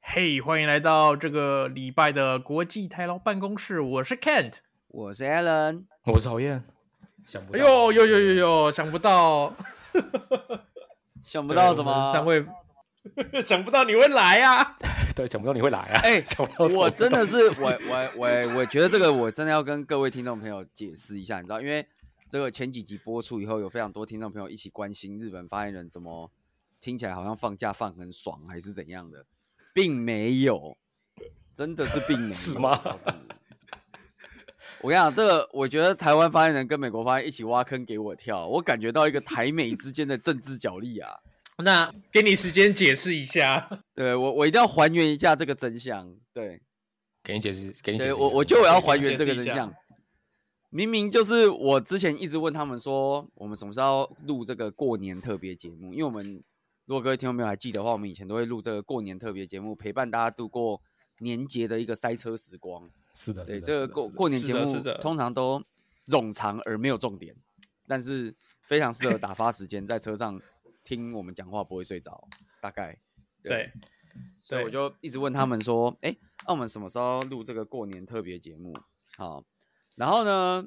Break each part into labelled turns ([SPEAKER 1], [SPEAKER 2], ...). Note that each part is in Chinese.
[SPEAKER 1] 嘿欢迎来到这个礼拜的国际台劳办公室，我是 Kent。
[SPEAKER 2] 我是 Alan，
[SPEAKER 3] 我是讨厌，想不
[SPEAKER 1] 哎
[SPEAKER 3] 到，
[SPEAKER 1] 呦呦呦呦呦，想不到，
[SPEAKER 2] 想
[SPEAKER 1] 不
[SPEAKER 2] 不到什么？
[SPEAKER 1] 三位， 想不到你会来啊！
[SPEAKER 3] 对，想不到你会来啊！
[SPEAKER 2] 哎、
[SPEAKER 3] 想不到
[SPEAKER 2] 我真的是，我我我我觉得这个我真的要跟各位听众朋友解释一下，你知道，因为这个前几集播出以后，有非常多听众朋友一起关心日本发言人怎么听起来好像放假放很爽还是怎样的，并没有，真的是并没有，
[SPEAKER 3] 是吗
[SPEAKER 2] 我告诉你？我跟你讲，这个我觉得台湾发言人跟美国发言人一起挖坑给我跳，我感觉到一个台美之间的政治角力啊！
[SPEAKER 1] 那给你时间解释一下。
[SPEAKER 2] 对我，我一定要还原一下这个真相。对，
[SPEAKER 3] 给你解释，给你解
[SPEAKER 2] 对
[SPEAKER 3] 释。
[SPEAKER 2] 我，我觉得我要还
[SPEAKER 1] 解
[SPEAKER 2] 原这
[SPEAKER 1] 释
[SPEAKER 2] 个
[SPEAKER 1] 一
[SPEAKER 2] 真
[SPEAKER 1] 下
[SPEAKER 2] 相。明明就是我之前一直问他们说，我们什么时候录这个过年特别节目？因为我们如果各位听众朋友还记得的话，我们以前都会录这个过年特别节目，陪伴大家度过年节的一个塞车时光。
[SPEAKER 3] 是的，
[SPEAKER 2] 对，
[SPEAKER 3] 是的
[SPEAKER 2] 这个
[SPEAKER 3] 是的
[SPEAKER 2] 过
[SPEAKER 3] 是的
[SPEAKER 2] 过年
[SPEAKER 1] 是
[SPEAKER 2] 节
[SPEAKER 1] 的
[SPEAKER 2] 目
[SPEAKER 1] 是的
[SPEAKER 2] 通常都冗长而没有重点，但是非常适合打发时间，在车上听我们讲话不会睡着，大概。
[SPEAKER 1] 对，
[SPEAKER 2] 所以我
[SPEAKER 1] 对
[SPEAKER 2] 就一直问他们说：“哎、那、我们什么时候录这个过年特别节目？”好，然后呢，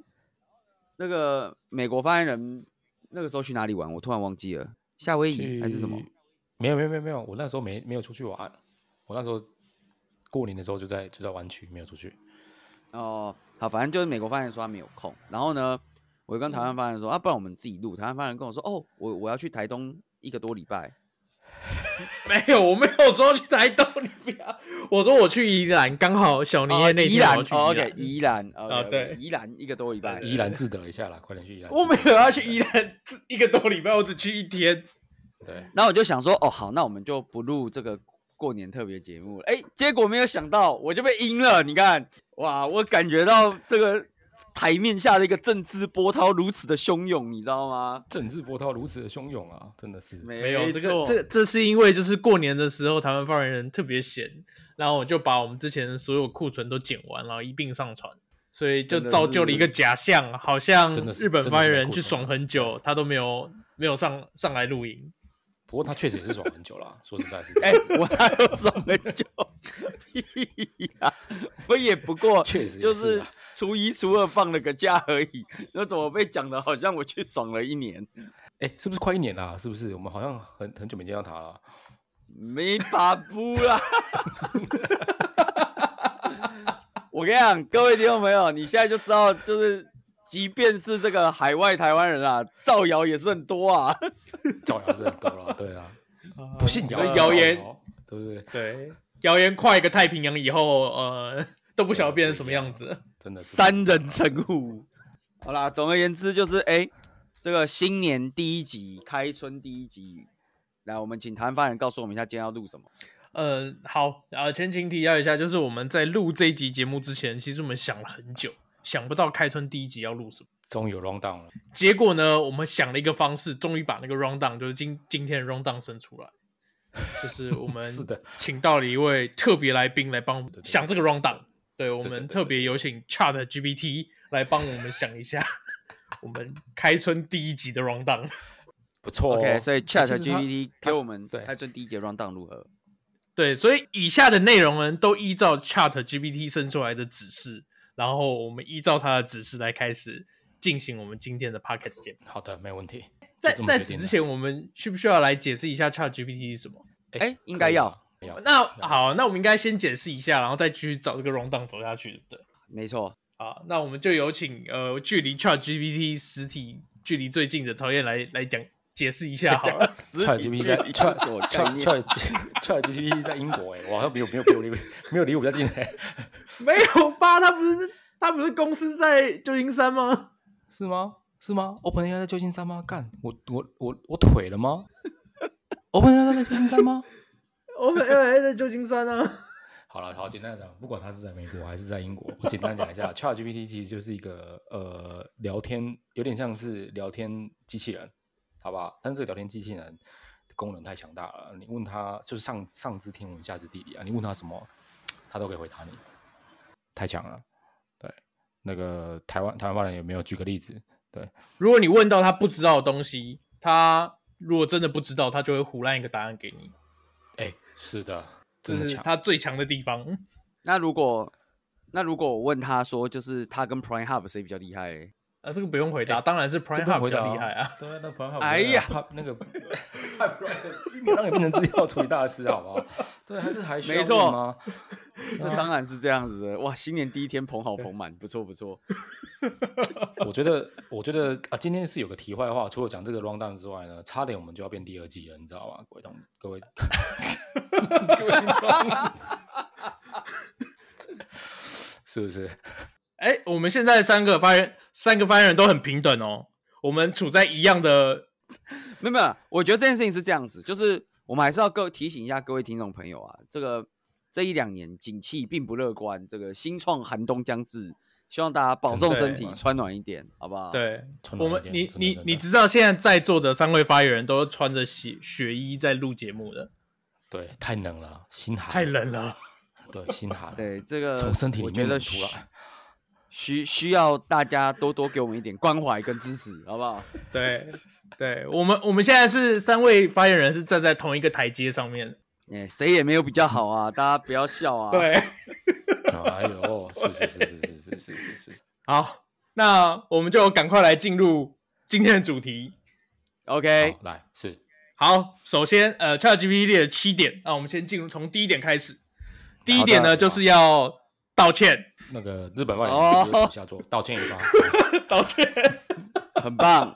[SPEAKER 2] 那个美国发言人那个时候去哪里玩？我突然忘记了，夏威夷还是什么？
[SPEAKER 3] 去？没有，没有，没有，没有。我那时候没没有出去玩，我那时候过年的时候就在就在湾区，没有出去。
[SPEAKER 2] 哦，好，反正就是美国发言人说他没有空，然后呢，我就跟台湾发言人说：“啊，不然我们自己录。”台湾发言人跟我说：“哦，我我要去台东一个多礼拜。
[SPEAKER 1] 没有，我没有说去台东，你不要。我说我去宜兰，刚好小年夜
[SPEAKER 2] 哦”
[SPEAKER 1] 那
[SPEAKER 2] 宜
[SPEAKER 1] 天我要
[SPEAKER 2] 兰
[SPEAKER 1] 去宜兰。
[SPEAKER 2] 哦，OK，宜兰哦，
[SPEAKER 1] 对
[SPEAKER 2] 宜兰一个多礼拜，
[SPEAKER 3] 宜兰自得一下啦，快点去宜兰自得。
[SPEAKER 1] 我没有要去宜兰一个多礼拜，我只去一天。
[SPEAKER 3] 对，
[SPEAKER 2] 然后我就想说，哦，好，那我们就不录这个过年特别节目了。哎，结果没有想到，我就被阴了。你看，哇，我感觉到这个台面下的一个政治波涛如此的汹涌，你知道吗？
[SPEAKER 3] 政治波涛如此的汹涌啊，真的是。
[SPEAKER 2] 没
[SPEAKER 1] 没有这个，
[SPEAKER 2] 错
[SPEAKER 1] 哎这这是因为就是过年的时候，台湾发言人特别闲，然后我就把我们之前的所有库存都剪完，然后一并上传，所以就
[SPEAKER 2] 真的是
[SPEAKER 1] 造就了一个假象，好像
[SPEAKER 3] 真的是
[SPEAKER 1] 日本发言
[SPEAKER 3] 真的是
[SPEAKER 1] 人
[SPEAKER 3] 没库
[SPEAKER 1] 去
[SPEAKER 3] 存
[SPEAKER 1] 爽很久，他都没有没有上上来录音。
[SPEAKER 3] 不过他确实也是爽很久啦，说实在是这
[SPEAKER 2] 哎、
[SPEAKER 3] 样子。
[SPEAKER 2] 我还有什么就屁呀、我也不过
[SPEAKER 3] 确实也
[SPEAKER 2] 就是是
[SPEAKER 3] 啊
[SPEAKER 2] 初一初二放了个假而已，那怎么被讲的好像我去爽了一年？
[SPEAKER 3] 哎，是不是快一年啦？是不是？我们好像很很久没见到他了。啊
[SPEAKER 2] 没把啊布啦！ 我跟你讲，各位听众朋友，你现在就知道，就是即便是这个海外台湾人啊，造谣也是很多啊。
[SPEAKER 3] 造谣是很多啦，对啊，不信谣
[SPEAKER 1] 这
[SPEAKER 3] 啊
[SPEAKER 1] 谣
[SPEAKER 3] 造
[SPEAKER 1] 言
[SPEAKER 3] 对不对？
[SPEAKER 1] 对，谣言跨一个太平洋以后，呃，都不晓得变成什么样子。
[SPEAKER 3] 真的是
[SPEAKER 2] 三人成虎。好啦，总而言之就是，哎、这个新年第一集，开春第一集，来，我们请台湾发言人告诉我们一下今天要录什么。
[SPEAKER 1] 呃，好，呃，前情提要一下，就是我们在录这一集节目之前，其实我们想了很久，想不到开春第一集要录什么。
[SPEAKER 3] 终于有 round down 了。
[SPEAKER 1] 结果呢，我们想了一个方式，终于把那个 round down，就是今今天的 round down 生出来，就是我们
[SPEAKER 3] 是的，
[SPEAKER 1] 请到了一位特别来宾来帮我们
[SPEAKER 3] 对对
[SPEAKER 1] 想这个 round down。对我
[SPEAKER 3] 对对
[SPEAKER 1] 们
[SPEAKER 3] 对
[SPEAKER 1] 特别有请 Chat GPT 来帮我们想一 下我们开春第一集的 round down。
[SPEAKER 3] 不错、哦。
[SPEAKER 2] OK，所以
[SPEAKER 3] 哎
[SPEAKER 2] Chat
[SPEAKER 3] 其实它
[SPEAKER 2] GPT 给我们
[SPEAKER 3] 对
[SPEAKER 2] 开春第一节 round down 如何？
[SPEAKER 1] 对，所以以下的内容呢，都依照 Chat GPT 生出来的指示，然后我们依照它的指示来开始进行我们今天的 Pocket 节目。
[SPEAKER 3] 好的，没问题。
[SPEAKER 1] 在
[SPEAKER 3] 就这么
[SPEAKER 1] 在
[SPEAKER 3] 决
[SPEAKER 1] 此
[SPEAKER 3] 定
[SPEAKER 1] 之
[SPEAKER 3] 了，
[SPEAKER 1] 前，我们需不需要来解释一下 Chat GPT 是什么？
[SPEAKER 2] 哎应该要
[SPEAKER 3] 可以啊。要
[SPEAKER 1] 那好，那我们应该先解释一下，然后再继续找这个 round down 走下去，对不对？
[SPEAKER 2] 没错，。
[SPEAKER 1] 好，那我们就有请呃，距离 Chat GPT 实体距离最近的曹燕来来讲解释一 下好了
[SPEAKER 2] 实
[SPEAKER 3] Chat
[SPEAKER 2] 体
[SPEAKER 3] GPT
[SPEAKER 2] 对
[SPEAKER 3] 在
[SPEAKER 2] 立
[SPEAKER 3] Chat
[SPEAKER 2] 是我概
[SPEAKER 3] Chat
[SPEAKER 2] 念
[SPEAKER 3] Chat Chat GPT 在英国哎、我好像没有没有没有离 没有离我比较近哎、
[SPEAKER 1] 没有吧？他不是他不是公司在旧金山吗？
[SPEAKER 3] 是吗？是吗？OpenAI 在旧金山吗？干，我我我我腿了吗？OpenAI 在旧金山吗？
[SPEAKER 1] 我们 LA 在旧金山啊。
[SPEAKER 3] 好了，好，简单地讲，不管它是在美国还是在英国，我简单讲一下，ChatGPT 其实就是一个呃聊天，有点像是聊天机器人，好吧？但是这个聊天机器人功能太强大了，你问它就是上上知天文下知地理啊，你问它什么，它都可以回答你，太强了。对，那个台湾台湾人有没有举个例子？对，
[SPEAKER 1] 如果你问到他不知道的东西，他如果真的不知道，他就会胡乱一个答案给你。
[SPEAKER 3] 哎，是的，
[SPEAKER 1] 这
[SPEAKER 3] 真的
[SPEAKER 1] 是
[SPEAKER 3] 强
[SPEAKER 1] 它最强的地方。
[SPEAKER 2] 那如果那如果我问他说，就是他跟 Prime Hub 谁比较厉害、欸？
[SPEAKER 1] 啊，这个不用回答，当然是 Prime
[SPEAKER 3] 这不用
[SPEAKER 1] Hub
[SPEAKER 3] 回
[SPEAKER 1] 比
[SPEAKER 3] 答
[SPEAKER 1] 较厉害啊。！
[SPEAKER 3] 对啊，那 p r i
[SPEAKER 2] 哎呀
[SPEAKER 3] 那个一秒让你变成制药处理大师，好不好？对，还是还需要
[SPEAKER 2] 没错
[SPEAKER 3] 问吗？
[SPEAKER 2] 这当然是这样子的。哇，新年第一天捧好捧满，不错不错。
[SPEAKER 3] 我觉得，我觉得啊，今天是有个题外话，除了讲这个 round down 之外呢，差点我们就要变第二季了，你知道吗？各位同各位各位听众是不是？
[SPEAKER 1] 哎，我们现在三个发言，三个发言人都很平等哦，我们处在一样的。
[SPEAKER 2] 没有没有，我觉得这件事情是这样子，就是我们还是要各提醒一下各位听众朋友啊，这个这一两年景气并不乐观，这个新创寒冬将至，希望大家保重身体
[SPEAKER 1] 对，
[SPEAKER 2] 穿暖一点，好不好？，
[SPEAKER 1] 对，
[SPEAKER 3] 穿
[SPEAKER 1] 我
[SPEAKER 3] 暖
[SPEAKER 1] 们你
[SPEAKER 3] 一点真的
[SPEAKER 1] 你
[SPEAKER 3] 真的
[SPEAKER 1] 你知道现在在座的三位发言人都穿着雪雪衣在录节目的，
[SPEAKER 3] 对，太冷了，心寒，
[SPEAKER 1] 太，冷了。
[SPEAKER 3] 对，心寒，
[SPEAKER 2] 对这个
[SPEAKER 3] 从身体
[SPEAKER 2] 我
[SPEAKER 3] 里
[SPEAKER 2] 觉
[SPEAKER 3] 面
[SPEAKER 2] 得
[SPEAKER 3] 冷
[SPEAKER 2] 需
[SPEAKER 3] 出来。
[SPEAKER 2] 需需要大家多多给我们一点关怀跟支持，好不好？
[SPEAKER 1] 对，对我们我们现在是三位发言人是站在同一个台阶上面的。
[SPEAKER 2] 哎、谁也没有比较好啊，大家不要笑啊。，
[SPEAKER 1] 对，
[SPEAKER 3] 哎呦，是是是是是是是是是，
[SPEAKER 1] 好，那我们就赶快来进入今天的主题。
[SPEAKER 2] OK，
[SPEAKER 3] 好来是
[SPEAKER 1] 好，首先呃，ChatGPT 列了七点，那我们先进入从第一点开始。第一点
[SPEAKER 2] 好
[SPEAKER 1] 呢，
[SPEAKER 2] 的
[SPEAKER 1] 就是要道歉，
[SPEAKER 3] 那个日本外联就是土下座，道歉一发，
[SPEAKER 1] 道歉，
[SPEAKER 2] 很棒。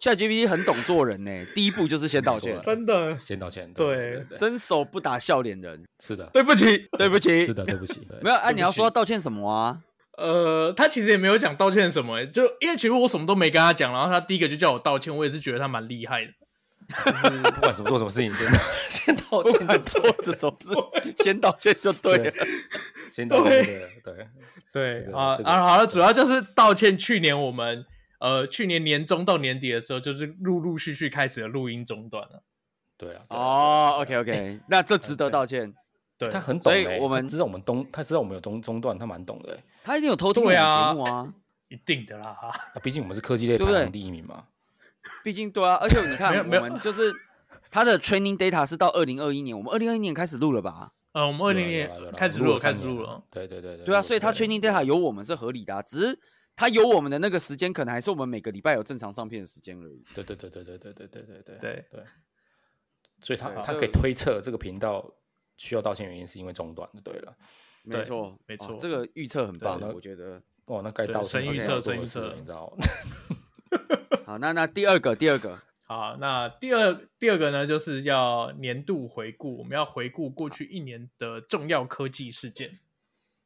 [SPEAKER 2] ChatGPT 很懂做人呢、第一步就是先道歉
[SPEAKER 3] 懂，做
[SPEAKER 1] 真
[SPEAKER 3] 人
[SPEAKER 1] 的，
[SPEAKER 3] 先道歉。
[SPEAKER 1] 对
[SPEAKER 3] 对
[SPEAKER 2] 伸手不打笑脸人。
[SPEAKER 3] 是的，
[SPEAKER 1] 对不起。
[SPEAKER 2] 对不起，
[SPEAKER 3] 是的，对不起，对
[SPEAKER 2] 没有啊，
[SPEAKER 1] 对不
[SPEAKER 2] 你要
[SPEAKER 1] 起
[SPEAKER 2] 说道歉什 么啊？
[SPEAKER 1] 呃，他其实也没有想道歉什么、欸，就因为其实我什么都没跟他讲，然后他第一个就叫我道歉，我也是觉得他蛮厉害的。
[SPEAKER 3] 就是不管什么做什么事情，先先道
[SPEAKER 2] 不
[SPEAKER 3] 歉就
[SPEAKER 2] 管做 这种事，先道歉就对了。
[SPEAKER 3] 先道歉，对啊对
[SPEAKER 1] 对
[SPEAKER 3] 这个
[SPEAKER 1] 啊
[SPEAKER 3] 这个
[SPEAKER 1] 啊，好了，主要就是道歉。去年我们呃，去年年中到年底的时候，就是陆陆续续开始了录音中断了。
[SPEAKER 3] 对啊。对啊
[SPEAKER 2] 哦，OK OK，那这值得道歉。
[SPEAKER 1] 对，
[SPEAKER 3] 他很
[SPEAKER 2] 所
[SPEAKER 3] 懂欸，
[SPEAKER 2] 以我们
[SPEAKER 3] 他知道我们东，他知道我们有东中断，他蛮懂的欸。
[SPEAKER 2] 他一定有偷听我
[SPEAKER 1] 对
[SPEAKER 2] 们
[SPEAKER 1] 啊
[SPEAKER 2] 节目啊，
[SPEAKER 1] 一定的啦， 哈
[SPEAKER 3] 啊毕竟我们是科技类
[SPEAKER 2] 对
[SPEAKER 3] 排
[SPEAKER 2] 不对
[SPEAKER 3] 行第一名嘛。
[SPEAKER 2] 毕竟对啊，而且你看
[SPEAKER 1] 没有没
[SPEAKER 2] 我
[SPEAKER 1] 有
[SPEAKER 2] 们就是他的 training data 是到二零二一年，我们二零二一年开始录了吧？
[SPEAKER 1] 呃，我们二零
[SPEAKER 3] 有
[SPEAKER 1] 年
[SPEAKER 3] 啦有啦有啦
[SPEAKER 1] 开始
[SPEAKER 3] 我们
[SPEAKER 1] 录了，
[SPEAKER 3] 三
[SPEAKER 1] 开始
[SPEAKER 3] 年
[SPEAKER 1] 录了。。
[SPEAKER 3] 啊对对对对。
[SPEAKER 2] 对啊，所以他
[SPEAKER 3] 确
[SPEAKER 2] training data 有我们是合理的啊，只是他有我们的那个时间，可能还是我们每个礼拜有正常上片的时间而已。
[SPEAKER 3] 对对对对对对对对对对
[SPEAKER 1] 对
[SPEAKER 3] 对。所以他
[SPEAKER 2] 对
[SPEAKER 3] 他
[SPEAKER 2] 所以
[SPEAKER 3] 可以推测这个频道需要道歉原因是因为中断的，对了。
[SPEAKER 2] 没错，
[SPEAKER 1] 没
[SPEAKER 2] 哦
[SPEAKER 1] 错
[SPEAKER 2] 这个预测很棒啊
[SPEAKER 3] 对，
[SPEAKER 2] 我觉得。
[SPEAKER 3] 哇，哦那该
[SPEAKER 1] 对
[SPEAKER 3] 道歉
[SPEAKER 1] 神
[SPEAKER 3] 他
[SPEAKER 2] 预
[SPEAKER 3] 该
[SPEAKER 2] 测
[SPEAKER 3] 要做
[SPEAKER 1] 神
[SPEAKER 3] 的
[SPEAKER 1] 预
[SPEAKER 3] 事了
[SPEAKER 1] 测
[SPEAKER 3] 你知道吗？
[SPEAKER 2] 好，那那第二个，第二个，
[SPEAKER 1] 好，那第二第二个呢，就是要年度回顾，我们要回顾过去一年的重要科技事件。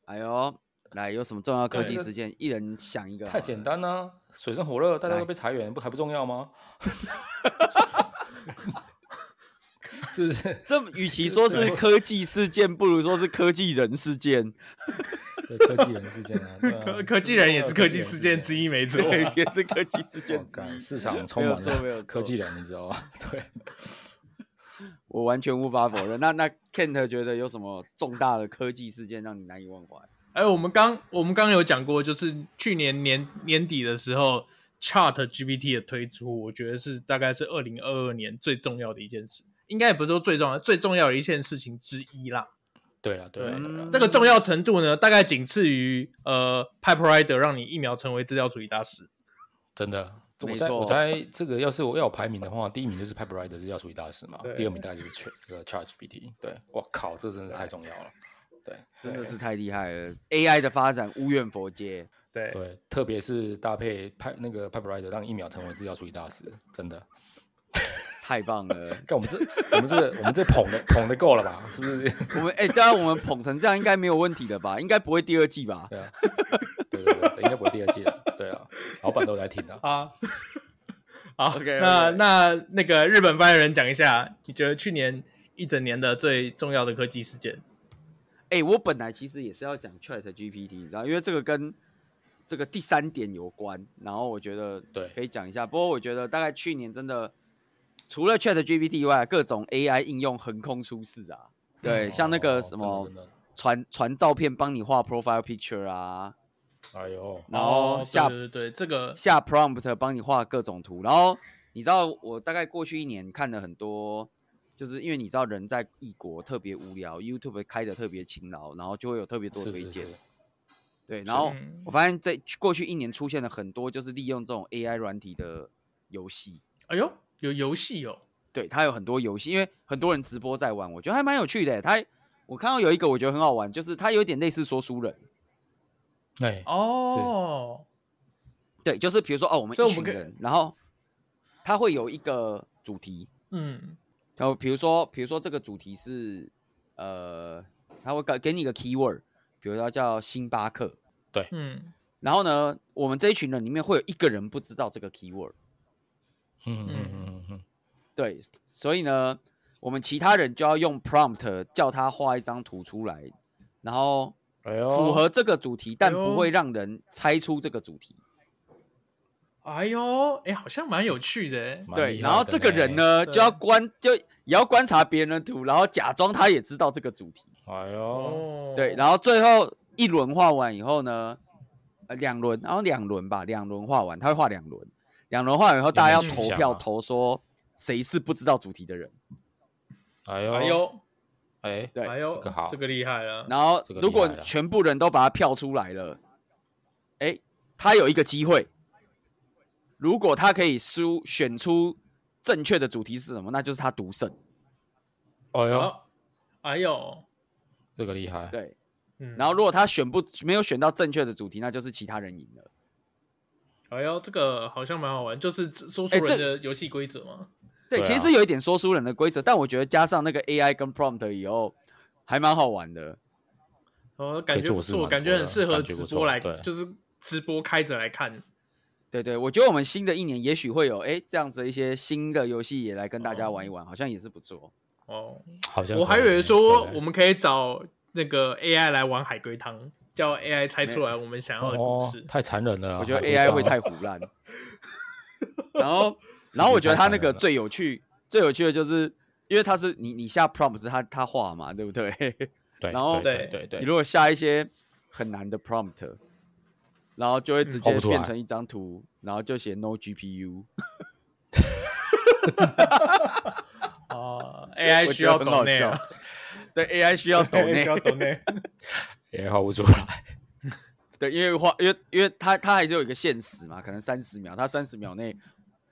[SPEAKER 2] 哎呦，来有什么重要科
[SPEAKER 1] 对
[SPEAKER 2] 技
[SPEAKER 1] 这
[SPEAKER 2] 事件？一人想
[SPEAKER 1] 啊
[SPEAKER 2] 一个好了。
[SPEAKER 3] 太简单啦、啊水深火热，大家
[SPEAKER 2] 来
[SPEAKER 3] 都被裁员，不还不重要吗？ 是不是？
[SPEAKER 2] 这么与其说是科技事件，不如说是科技人事 件，
[SPEAKER 3] 对科技人事件啊，对啊
[SPEAKER 1] 科科技人也是嗯科技事件之
[SPEAKER 3] 一。
[SPEAKER 1] 一，没错。
[SPEAKER 2] 对，也是科技事
[SPEAKER 3] 啊 我
[SPEAKER 2] 件之
[SPEAKER 3] 干，
[SPEAKER 2] 一。
[SPEAKER 3] 市场充
[SPEAKER 2] 没有
[SPEAKER 3] 满
[SPEAKER 2] 错没有
[SPEAKER 3] 了
[SPEAKER 2] 错
[SPEAKER 3] 科技人，你知道吗？对，
[SPEAKER 2] 我完全无法否认。那那 Kent 觉得有什么重大的科技事件让你难以忘怀？
[SPEAKER 1] 哎，我们刚我们刚有讲过，就是去年年年底的时候，Chat GPT 的推出，我觉得是大概是二零二二年最重要的一件事，应该也不是说最重要，最重要的一件事情之一啦。
[SPEAKER 3] 对了，对
[SPEAKER 1] 对
[SPEAKER 3] 了，
[SPEAKER 1] 嗯
[SPEAKER 3] 对了
[SPEAKER 1] 这个重要程度呢，大概仅次于呃 Piperider 让你一秒成为资料处理大师。
[SPEAKER 3] 真的。我
[SPEAKER 2] 没
[SPEAKER 3] 猜，
[SPEAKER 2] 错
[SPEAKER 3] 我猜这个要是我要有排名的话，第一名就是 Piperider 是要处理大师嘛
[SPEAKER 1] 对，
[SPEAKER 3] 第二名大概就是全呃这个 ChatGPT。对，我靠，这真的是太重要了。对，
[SPEAKER 2] 真的是太厉害了！AI 的发展无远佛界，
[SPEAKER 1] 对
[SPEAKER 3] 对，特别是搭配派那个 Piperider 让一秒成为制药处理大师，真的。！
[SPEAKER 2] 太棒了
[SPEAKER 3] 看我们这，我们这，我们这捧的捧的够了吧？是不是？
[SPEAKER 2] 我们哎，当然我们捧成这样应该没有问题了吧？应该不会第二季吧？
[SPEAKER 3] 对啊，对对对，应该不会第二季了。对啊，老板都有在听的。
[SPEAKER 1] 啊。好
[SPEAKER 2] OK，OK
[SPEAKER 1] 那那那个日本发言人讲一下，你觉得去年一整年的最重要的科技事件？
[SPEAKER 2] 哎、我本来其实也是要讲 Chat GPT，你知道，因为这个跟这个第三点有关，然后我觉得
[SPEAKER 3] 对
[SPEAKER 2] 可以讲一下。不过我觉得大概去年真的除了 Chat GPT 以外，各种 AI 应用横空出世啊。对，
[SPEAKER 3] 嗯
[SPEAKER 2] 像那
[SPEAKER 3] 哦
[SPEAKER 2] 个什
[SPEAKER 3] 真的
[SPEAKER 2] 么
[SPEAKER 3] 真的
[SPEAKER 2] 传传照片帮你画 profile picture 啊，
[SPEAKER 3] 哎呦，
[SPEAKER 2] 然后
[SPEAKER 1] 哦
[SPEAKER 2] 下
[SPEAKER 1] 对对对，对这个
[SPEAKER 2] 下 prompt 帮你画各种图，然后你知道我大概过去一年看了很多就是因为你知道人在异国特别无聊，YouTube 开的特别勤劳，然后就会有特别多
[SPEAKER 3] 是
[SPEAKER 2] 推
[SPEAKER 3] 是
[SPEAKER 2] 荐。
[SPEAKER 3] 是，
[SPEAKER 2] 对，然后
[SPEAKER 1] 嗯
[SPEAKER 2] 我发现在过去一年出现了很多就是利用这种 AI 软体的游戏，
[SPEAKER 1] 哎呦，有游戏哦，
[SPEAKER 2] 对，它有很多游戏，因为很多人直播在玩，我觉得还蛮有趣的。它我看到有一个我觉得很好玩，就是它有点类似说书人，
[SPEAKER 3] 哎，
[SPEAKER 1] 哦，
[SPEAKER 2] 对，就是比如说哦，我们
[SPEAKER 1] 所以
[SPEAKER 2] 一
[SPEAKER 1] 我
[SPEAKER 2] 群
[SPEAKER 1] 们可以
[SPEAKER 2] 人，然后它会有一个主题，
[SPEAKER 1] 嗯，
[SPEAKER 2] 然后比如说比如说这个主题是呃，它会给给你一个 keyword，比如说叫星巴克，
[SPEAKER 1] 嗯
[SPEAKER 2] 然后呢，我们这一群人里面会有一个人不知道这个 keyword。
[SPEAKER 3] 嗯嗯嗯嗯嗯，
[SPEAKER 2] 对，所以呢，我们其他人就要用 prompt 叫他画一张图出来，然后
[SPEAKER 3] 哎呦，
[SPEAKER 2] 符合这个主题，但
[SPEAKER 1] 哎呦
[SPEAKER 2] 不会让人猜出这个主题。
[SPEAKER 1] 哎呦，哎，好像蛮有趣的欸，
[SPEAKER 3] 蛮
[SPEAKER 2] 对，
[SPEAKER 3] 厉
[SPEAKER 2] 然
[SPEAKER 3] 害
[SPEAKER 2] 后
[SPEAKER 3] 的
[SPEAKER 2] 这个人
[SPEAKER 3] 呢，
[SPEAKER 2] 呢，
[SPEAKER 1] 对
[SPEAKER 2] 就要观就也要观察别人的图，然后假装他也知道这个主题。
[SPEAKER 3] 哎呦，
[SPEAKER 1] 哦，
[SPEAKER 2] 对，然后最后一轮画完以后呢，呃，两轮，然后两轮吧，两轮画完，他会画两轮，两轮画完以后，大家要
[SPEAKER 1] 有没有
[SPEAKER 2] 投
[SPEAKER 3] 选项
[SPEAKER 2] 票
[SPEAKER 3] 啊
[SPEAKER 2] 投说谁是不知道主题的人。
[SPEAKER 3] 哎
[SPEAKER 1] 哎
[SPEAKER 3] 呦，
[SPEAKER 1] 呦，
[SPEAKER 3] 哎，
[SPEAKER 2] 对
[SPEAKER 1] 哎呦，
[SPEAKER 3] 这个好
[SPEAKER 1] 这个厉害了，
[SPEAKER 2] 然后
[SPEAKER 3] 这个
[SPEAKER 2] 如
[SPEAKER 3] 厉
[SPEAKER 2] 果
[SPEAKER 3] 害了
[SPEAKER 2] 全部人都把它票出来了，哎，他有一个机会，如果他可以输选出正确的主题是什么，那就是他独胜。
[SPEAKER 3] 哎呦，
[SPEAKER 1] 好，哎呦，
[SPEAKER 3] 这个厉害，
[SPEAKER 2] 对，
[SPEAKER 1] 嗯，
[SPEAKER 2] 然后如果他选不没有选到正确的主题，那就是其他人赢了。
[SPEAKER 1] 哎呦，这个好像蛮好玩，就是说书
[SPEAKER 2] 哎这
[SPEAKER 1] 人的游戏规则嘛，
[SPEAKER 2] 对，
[SPEAKER 3] 对
[SPEAKER 2] 其实
[SPEAKER 3] 啊
[SPEAKER 2] 是有一点说书人的规则，但我觉得加上那个 AI 跟 prompt 以后，还蛮好玩的。
[SPEAKER 1] 哦，感觉
[SPEAKER 3] 做
[SPEAKER 1] 不
[SPEAKER 3] 事
[SPEAKER 1] 错，
[SPEAKER 3] 蛮
[SPEAKER 1] 感觉
[SPEAKER 3] 多
[SPEAKER 1] 很
[SPEAKER 3] 的
[SPEAKER 1] 适合
[SPEAKER 3] 感觉
[SPEAKER 1] 直
[SPEAKER 3] 不
[SPEAKER 1] 播
[SPEAKER 3] 错
[SPEAKER 1] 来，
[SPEAKER 3] 对
[SPEAKER 1] 就是直播开着来看，
[SPEAKER 2] 对对，我觉得我们新的一年也许会有哎这样子的一些新的游戏也来跟大家玩一玩，好像也是不错。
[SPEAKER 1] 哦，
[SPEAKER 3] 好像
[SPEAKER 1] 我还以
[SPEAKER 3] 可
[SPEAKER 1] 为说
[SPEAKER 3] 对
[SPEAKER 1] 我们可以找那个 AI 来玩海龟汤，叫 AI 猜出来我们想要的故
[SPEAKER 3] 哦
[SPEAKER 1] 事，，
[SPEAKER 3] 太残忍了啊，
[SPEAKER 2] 我觉得
[SPEAKER 3] 海龟
[SPEAKER 2] AI
[SPEAKER 3] 汤
[SPEAKER 2] 会太胡 乱。然后，然后我觉得他那个最有趣、最有趣的就是，因为他是你你下 prompt，他他画嘛，对不对？
[SPEAKER 3] 对，
[SPEAKER 2] 然后
[SPEAKER 3] 对对对
[SPEAKER 2] 你如果下一些很难的 prompt，然后就会直
[SPEAKER 3] 画
[SPEAKER 2] 接
[SPEAKER 3] 不出来
[SPEAKER 2] 变成一张图，然后就写 no GPU。
[SPEAKER 1] 哦，AI
[SPEAKER 2] 我
[SPEAKER 1] 需
[SPEAKER 2] 觉
[SPEAKER 1] 要
[SPEAKER 2] 得很
[SPEAKER 1] 懂
[SPEAKER 2] 好
[SPEAKER 1] 内
[SPEAKER 2] 笑
[SPEAKER 1] 啊，
[SPEAKER 2] 对 AI 需要抖
[SPEAKER 1] AI
[SPEAKER 2] 内
[SPEAKER 1] 需，要懂 内，
[SPEAKER 3] 对也画不出来，
[SPEAKER 2] 对，因为画，因为因为他他还是有一个限时嘛，可能三十秒，他三十秒内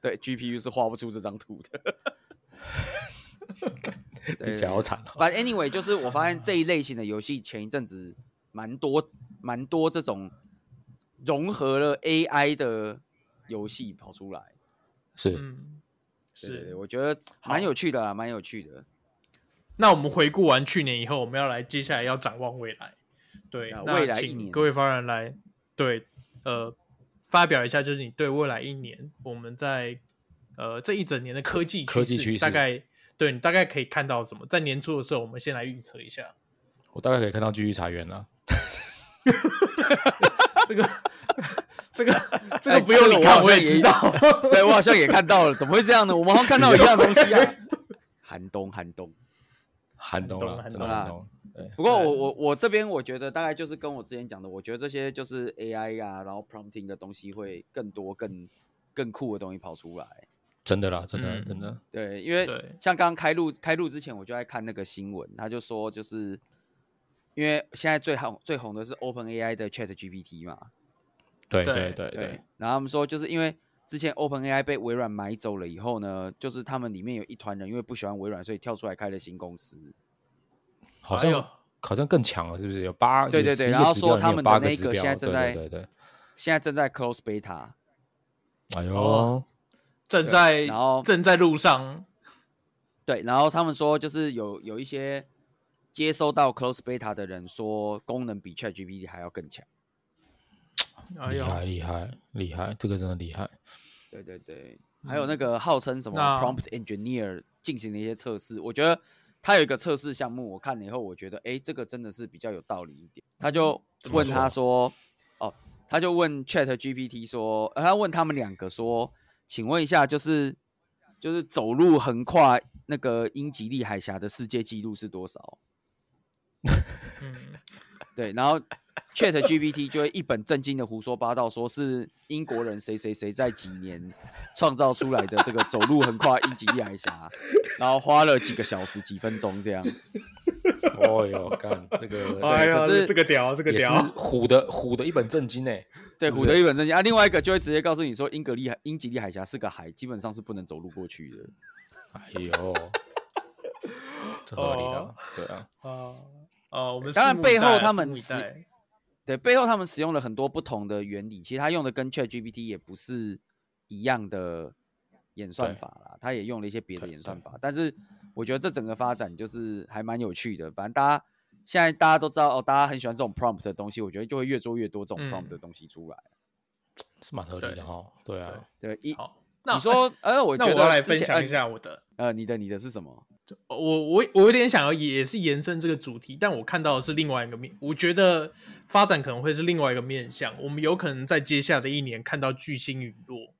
[SPEAKER 2] 对 GPU 是画不出这张图的。对
[SPEAKER 3] 你讲好惨哦，
[SPEAKER 2] But anyway，就是我发现这一类型的游戏前一阵子蛮多蛮多这种融合了 AI 的游戏跑出来，
[SPEAKER 3] 是
[SPEAKER 1] 嗯，
[SPEAKER 2] 对对对，
[SPEAKER 1] 是。
[SPEAKER 2] 我觉得蛮有趣的啦，蛮有趣的。
[SPEAKER 1] 那我们回顾完去年以后，我们要来接下来要展望未来，对
[SPEAKER 2] 啊，
[SPEAKER 1] 那
[SPEAKER 2] 未来一
[SPEAKER 1] 请
[SPEAKER 2] 年
[SPEAKER 1] 各位发言人来对呃发表一下，就是你对未来一年我们在呃这一整年的科技
[SPEAKER 3] 科技趋势
[SPEAKER 1] 大概对你大概可以看到什么？在年初的时候，我们先来预测一下。
[SPEAKER 3] 我大概可以看到继续裁员了，
[SPEAKER 1] 这个这个这
[SPEAKER 2] 哎
[SPEAKER 1] 个不用
[SPEAKER 2] 这个
[SPEAKER 1] 你
[SPEAKER 2] 我
[SPEAKER 1] 看，
[SPEAKER 2] 好像
[SPEAKER 1] 我也
[SPEAKER 2] 也
[SPEAKER 1] 知道。
[SPEAKER 2] 对我好像也看到了，怎么会这样呢？我们好像看到一样的东西啊。 寒冬，寒冬。
[SPEAKER 3] 寒冬了，
[SPEAKER 1] 寒冬
[SPEAKER 3] 真的
[SPEAKER 2] 寒
[SPEAKER 3] 寒
[SPEAKER 2] 冬
[SPEAKER 3] 冬，对，
[SPEAKER 2] 不过我我我这边我觉得大概就是跟我之前讲的，我觉得这些就是 AI 啊，然后 prompting 的东西会更多、更更酷的东西跑出来。
[SPEAKER 3] 真的啦，真的
[SPEAKER 1] 嗯
[SPEAKER 3] 真的，
[SPEAKER 2] 对，因为
[SPEAKER 1] 对
[SPEAKER 2] 像刚刚开录开录之前，我就在看那个新闻，他就说就是因为现在最红最红的是 Open AI 的 Chat GPT 嘛，
[SPEAKER 3] 对
[SPEAKER 1] 对
[SPEAKER 3] 对对对，
[SPEAKER 2] 然后他们说就是因为之前 Open AI 被微软买走了以后呢，就是他们里面有一团人因为不喜欢微软，所以跳出来开了新公司。
[SPEAKER 3] 好
[SPEAKER 1] 哎呦
[SPEAKER 3] 像好像更强了，是不是？有八
[SPEAKER 2] 对
[SPEAKER 3] 有
[SPEAKER 2] 对对
[SPEAKER 3] 11
[SPEAKER 2] 然后
[SPEAKER 3] 个指标
[SPEAKER 2] 说
[SPEAKER 3] 里面
[SPEAKER 2] 他
[SPEAKER 3] 有
[SPEAKER 2] 们的
[SPEAKER 3] 八个
[SPEAKER 2] 那
[SPEAKER 3] 指
[SPEAKER 2] 个
[SPEAKER 3] 标
[SPEAKER 2] 现在正在
[SPEAKER 3] 对对对对，
[SPEAKER 2] 现在正在 close beta，
[SPEAKER 3] 哎呦
[SPEAKER 1] 哦，正在
[SPEAKER 2] 然后
[SPEAKER 1] 正在路上，
[SPEAKER 2] 对，然后他们说就是有有一些接收到 close beta 的人说功能比 ChatGPT 还要更强。
[SPEAKER 1] 哎
[SPEAKER 3] 厉
[SPEAKER 1] 呦，
[SPEAKER 3] 害厉害厉害，这个真的厉 害，
[SPEAKER 2] 对对对，还有那个号称什么
[SPEAKER 1] 那
[SPEAKER 2] prompt engineer 进行的一些测试，我觉得他有一个测试项目，我看了以后，我觉得诶，这个真的是比较有道理一点。他就
[SPEAKER 3] 么
[SPEAKER 2] 问他说，
[SPEAKER 3] 说
[SPEAKER 2] 哦，他就问 Chat GPT 说，呃他问他们两个说，请问一下，就是就是走路横跨那个英吉利海峡的世界纪录是多少？
[SPEAKER 1] 嗯，
[SPEAKER 2] 对，然后 Chat GPT 就会一本正经的胡说八道，说是英国人谁谁谁在几年创造出来的这个走路横跨英吉利海峡，然后花了几个小时几分钟这样。
[SPEAKER 3] 哦哟，干 这个
[SPEAKER 1] 哎呀，
[SPEAKER 2] 可是
[SPEAKER 1] 这个屌，这个
[SPEAKER 3] 也是
[SPEAKER 1] 屌，
[SPEAKER 3] 虎的虎的一本正经哎，
[SPEAKER 2] 对，
[SPEAKER 3] 不
[SPEAKER 2] 虎的一本正经啊。另外一个就会直接告诉你说，英格利海、英吉利海峡是个海，基本上是不能走路过去的。
[SPEAKER 3] 哎呦，这合理的
[SPEAKER 1] 哦，
[SPEAKER 3] 对啊，
[SPEAKER 1] 啊啊！我们
[SPEAKER 2] 当然
[SPEAKER 1] 拭目以
[SPEAKER 2] 背后
[SPEAKER 1] 待
[SPEAKER 2] 他
[SPEAKER 1] 拭
[SPEAKER 2] 们
[SPEAKER 1] 目以
[SPEAKER 2] 是
[SPEAKER 1] 待
[SPEAKER 2] 对，背后他们使用了很多不同的原理，其实他用的跟 ChatGPT 也不是一样的演算
[SPEAKER 3] 对
[SPEAKER 2] 法啦，他也用了一些别的
[SPEAKER 3] 对
[SPEAKER 2] 演
[SPEAKER 3] 对
[SPEAKER 2] 算法，但是我觉得这整个发展就是还蛮有趣的。反正大家现在大家都知道哦，大家很喜欢这种 prompt 的东西，我觉得就会越做越多这种
[SPEAKER 1] 嗯
[SPEAKER 2] prompt 的东西出来。
[SPEAKER 3] 是蛮合理
[SPEAKER 1] 对
[SPEAKER 3] 的哈，对啊，
[SPEAKER 2] 对，一
[SPEAKER 1] 好。那
[SPEAKER 2] 你说，呃，我
[SPEAKER 1] 那
[SPEAKER 2] 觉
[SPEAKER 1] 我要
[SPEAKER 2] 得
[SPEAKER 1] 来
[SPEAKER 2] 之
[SPEAKER 1] 分
[SPEAKER 2] 前
[SPEAKER 1] 享一，下我的，
[SPEAKER 2] 呃，呃你的你的是什么？
[SPEAKER 1] 我我我有点想要也是延伸这个主题，但我看到的是另外一个面，我觉得发展可能会是另外一个面向。我们有可能在接下来的一年看到巨星陨落，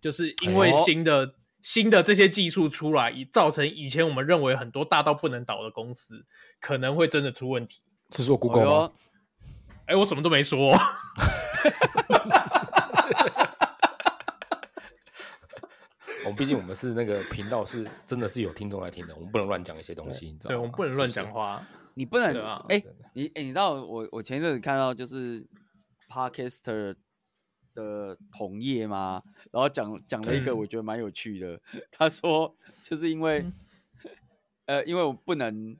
[SPEAKER 1] 就是因
[SPEAKER 3] 哎
[SPEAKER 1] 为
[SPEAKER 3] 呦
[SPEAKER 1] 新的、新的这些技术出来，以造成以前我们认为很多大到不能倒的公司可能会真的出问题。
[SPEAKER 3] 是说
[SPEAKER 2] 我
[SPEAKER 3] Google 吗
[SPEAKER 2] 说？
[SPEAKER 1] 哎，我什么都没说哦、
[SPEAKER 3] 我哦们毕竟我们是那个频道是真的是有听众来听的，我们不能乱讲一些东西，你知道
[SPEAKER 1] 对
[SPEAKER 3] 吗？
[SPEAKER 1] 我们不能乱
[SPEAKER 3] 是
[SPEAKER 1] 讲
[SPEAKER 3] 是。
[SPEAKER 1] 话。
[SPEAKER 2] 你不能
[SPEAKER 1] 对啊
[SPEAKER 2] 哎、
[SPEAKER 3] 真的
[SPEAKER 2] 你哎、你知道我我前一阵子看到就是 Podcaster 的同业吗？然后讲讲了一
[SPEAKER 1] 对嗯
[SPEAKER 2] 个我觉得蛮有趣的，他说就是因为、 呃，因为我不能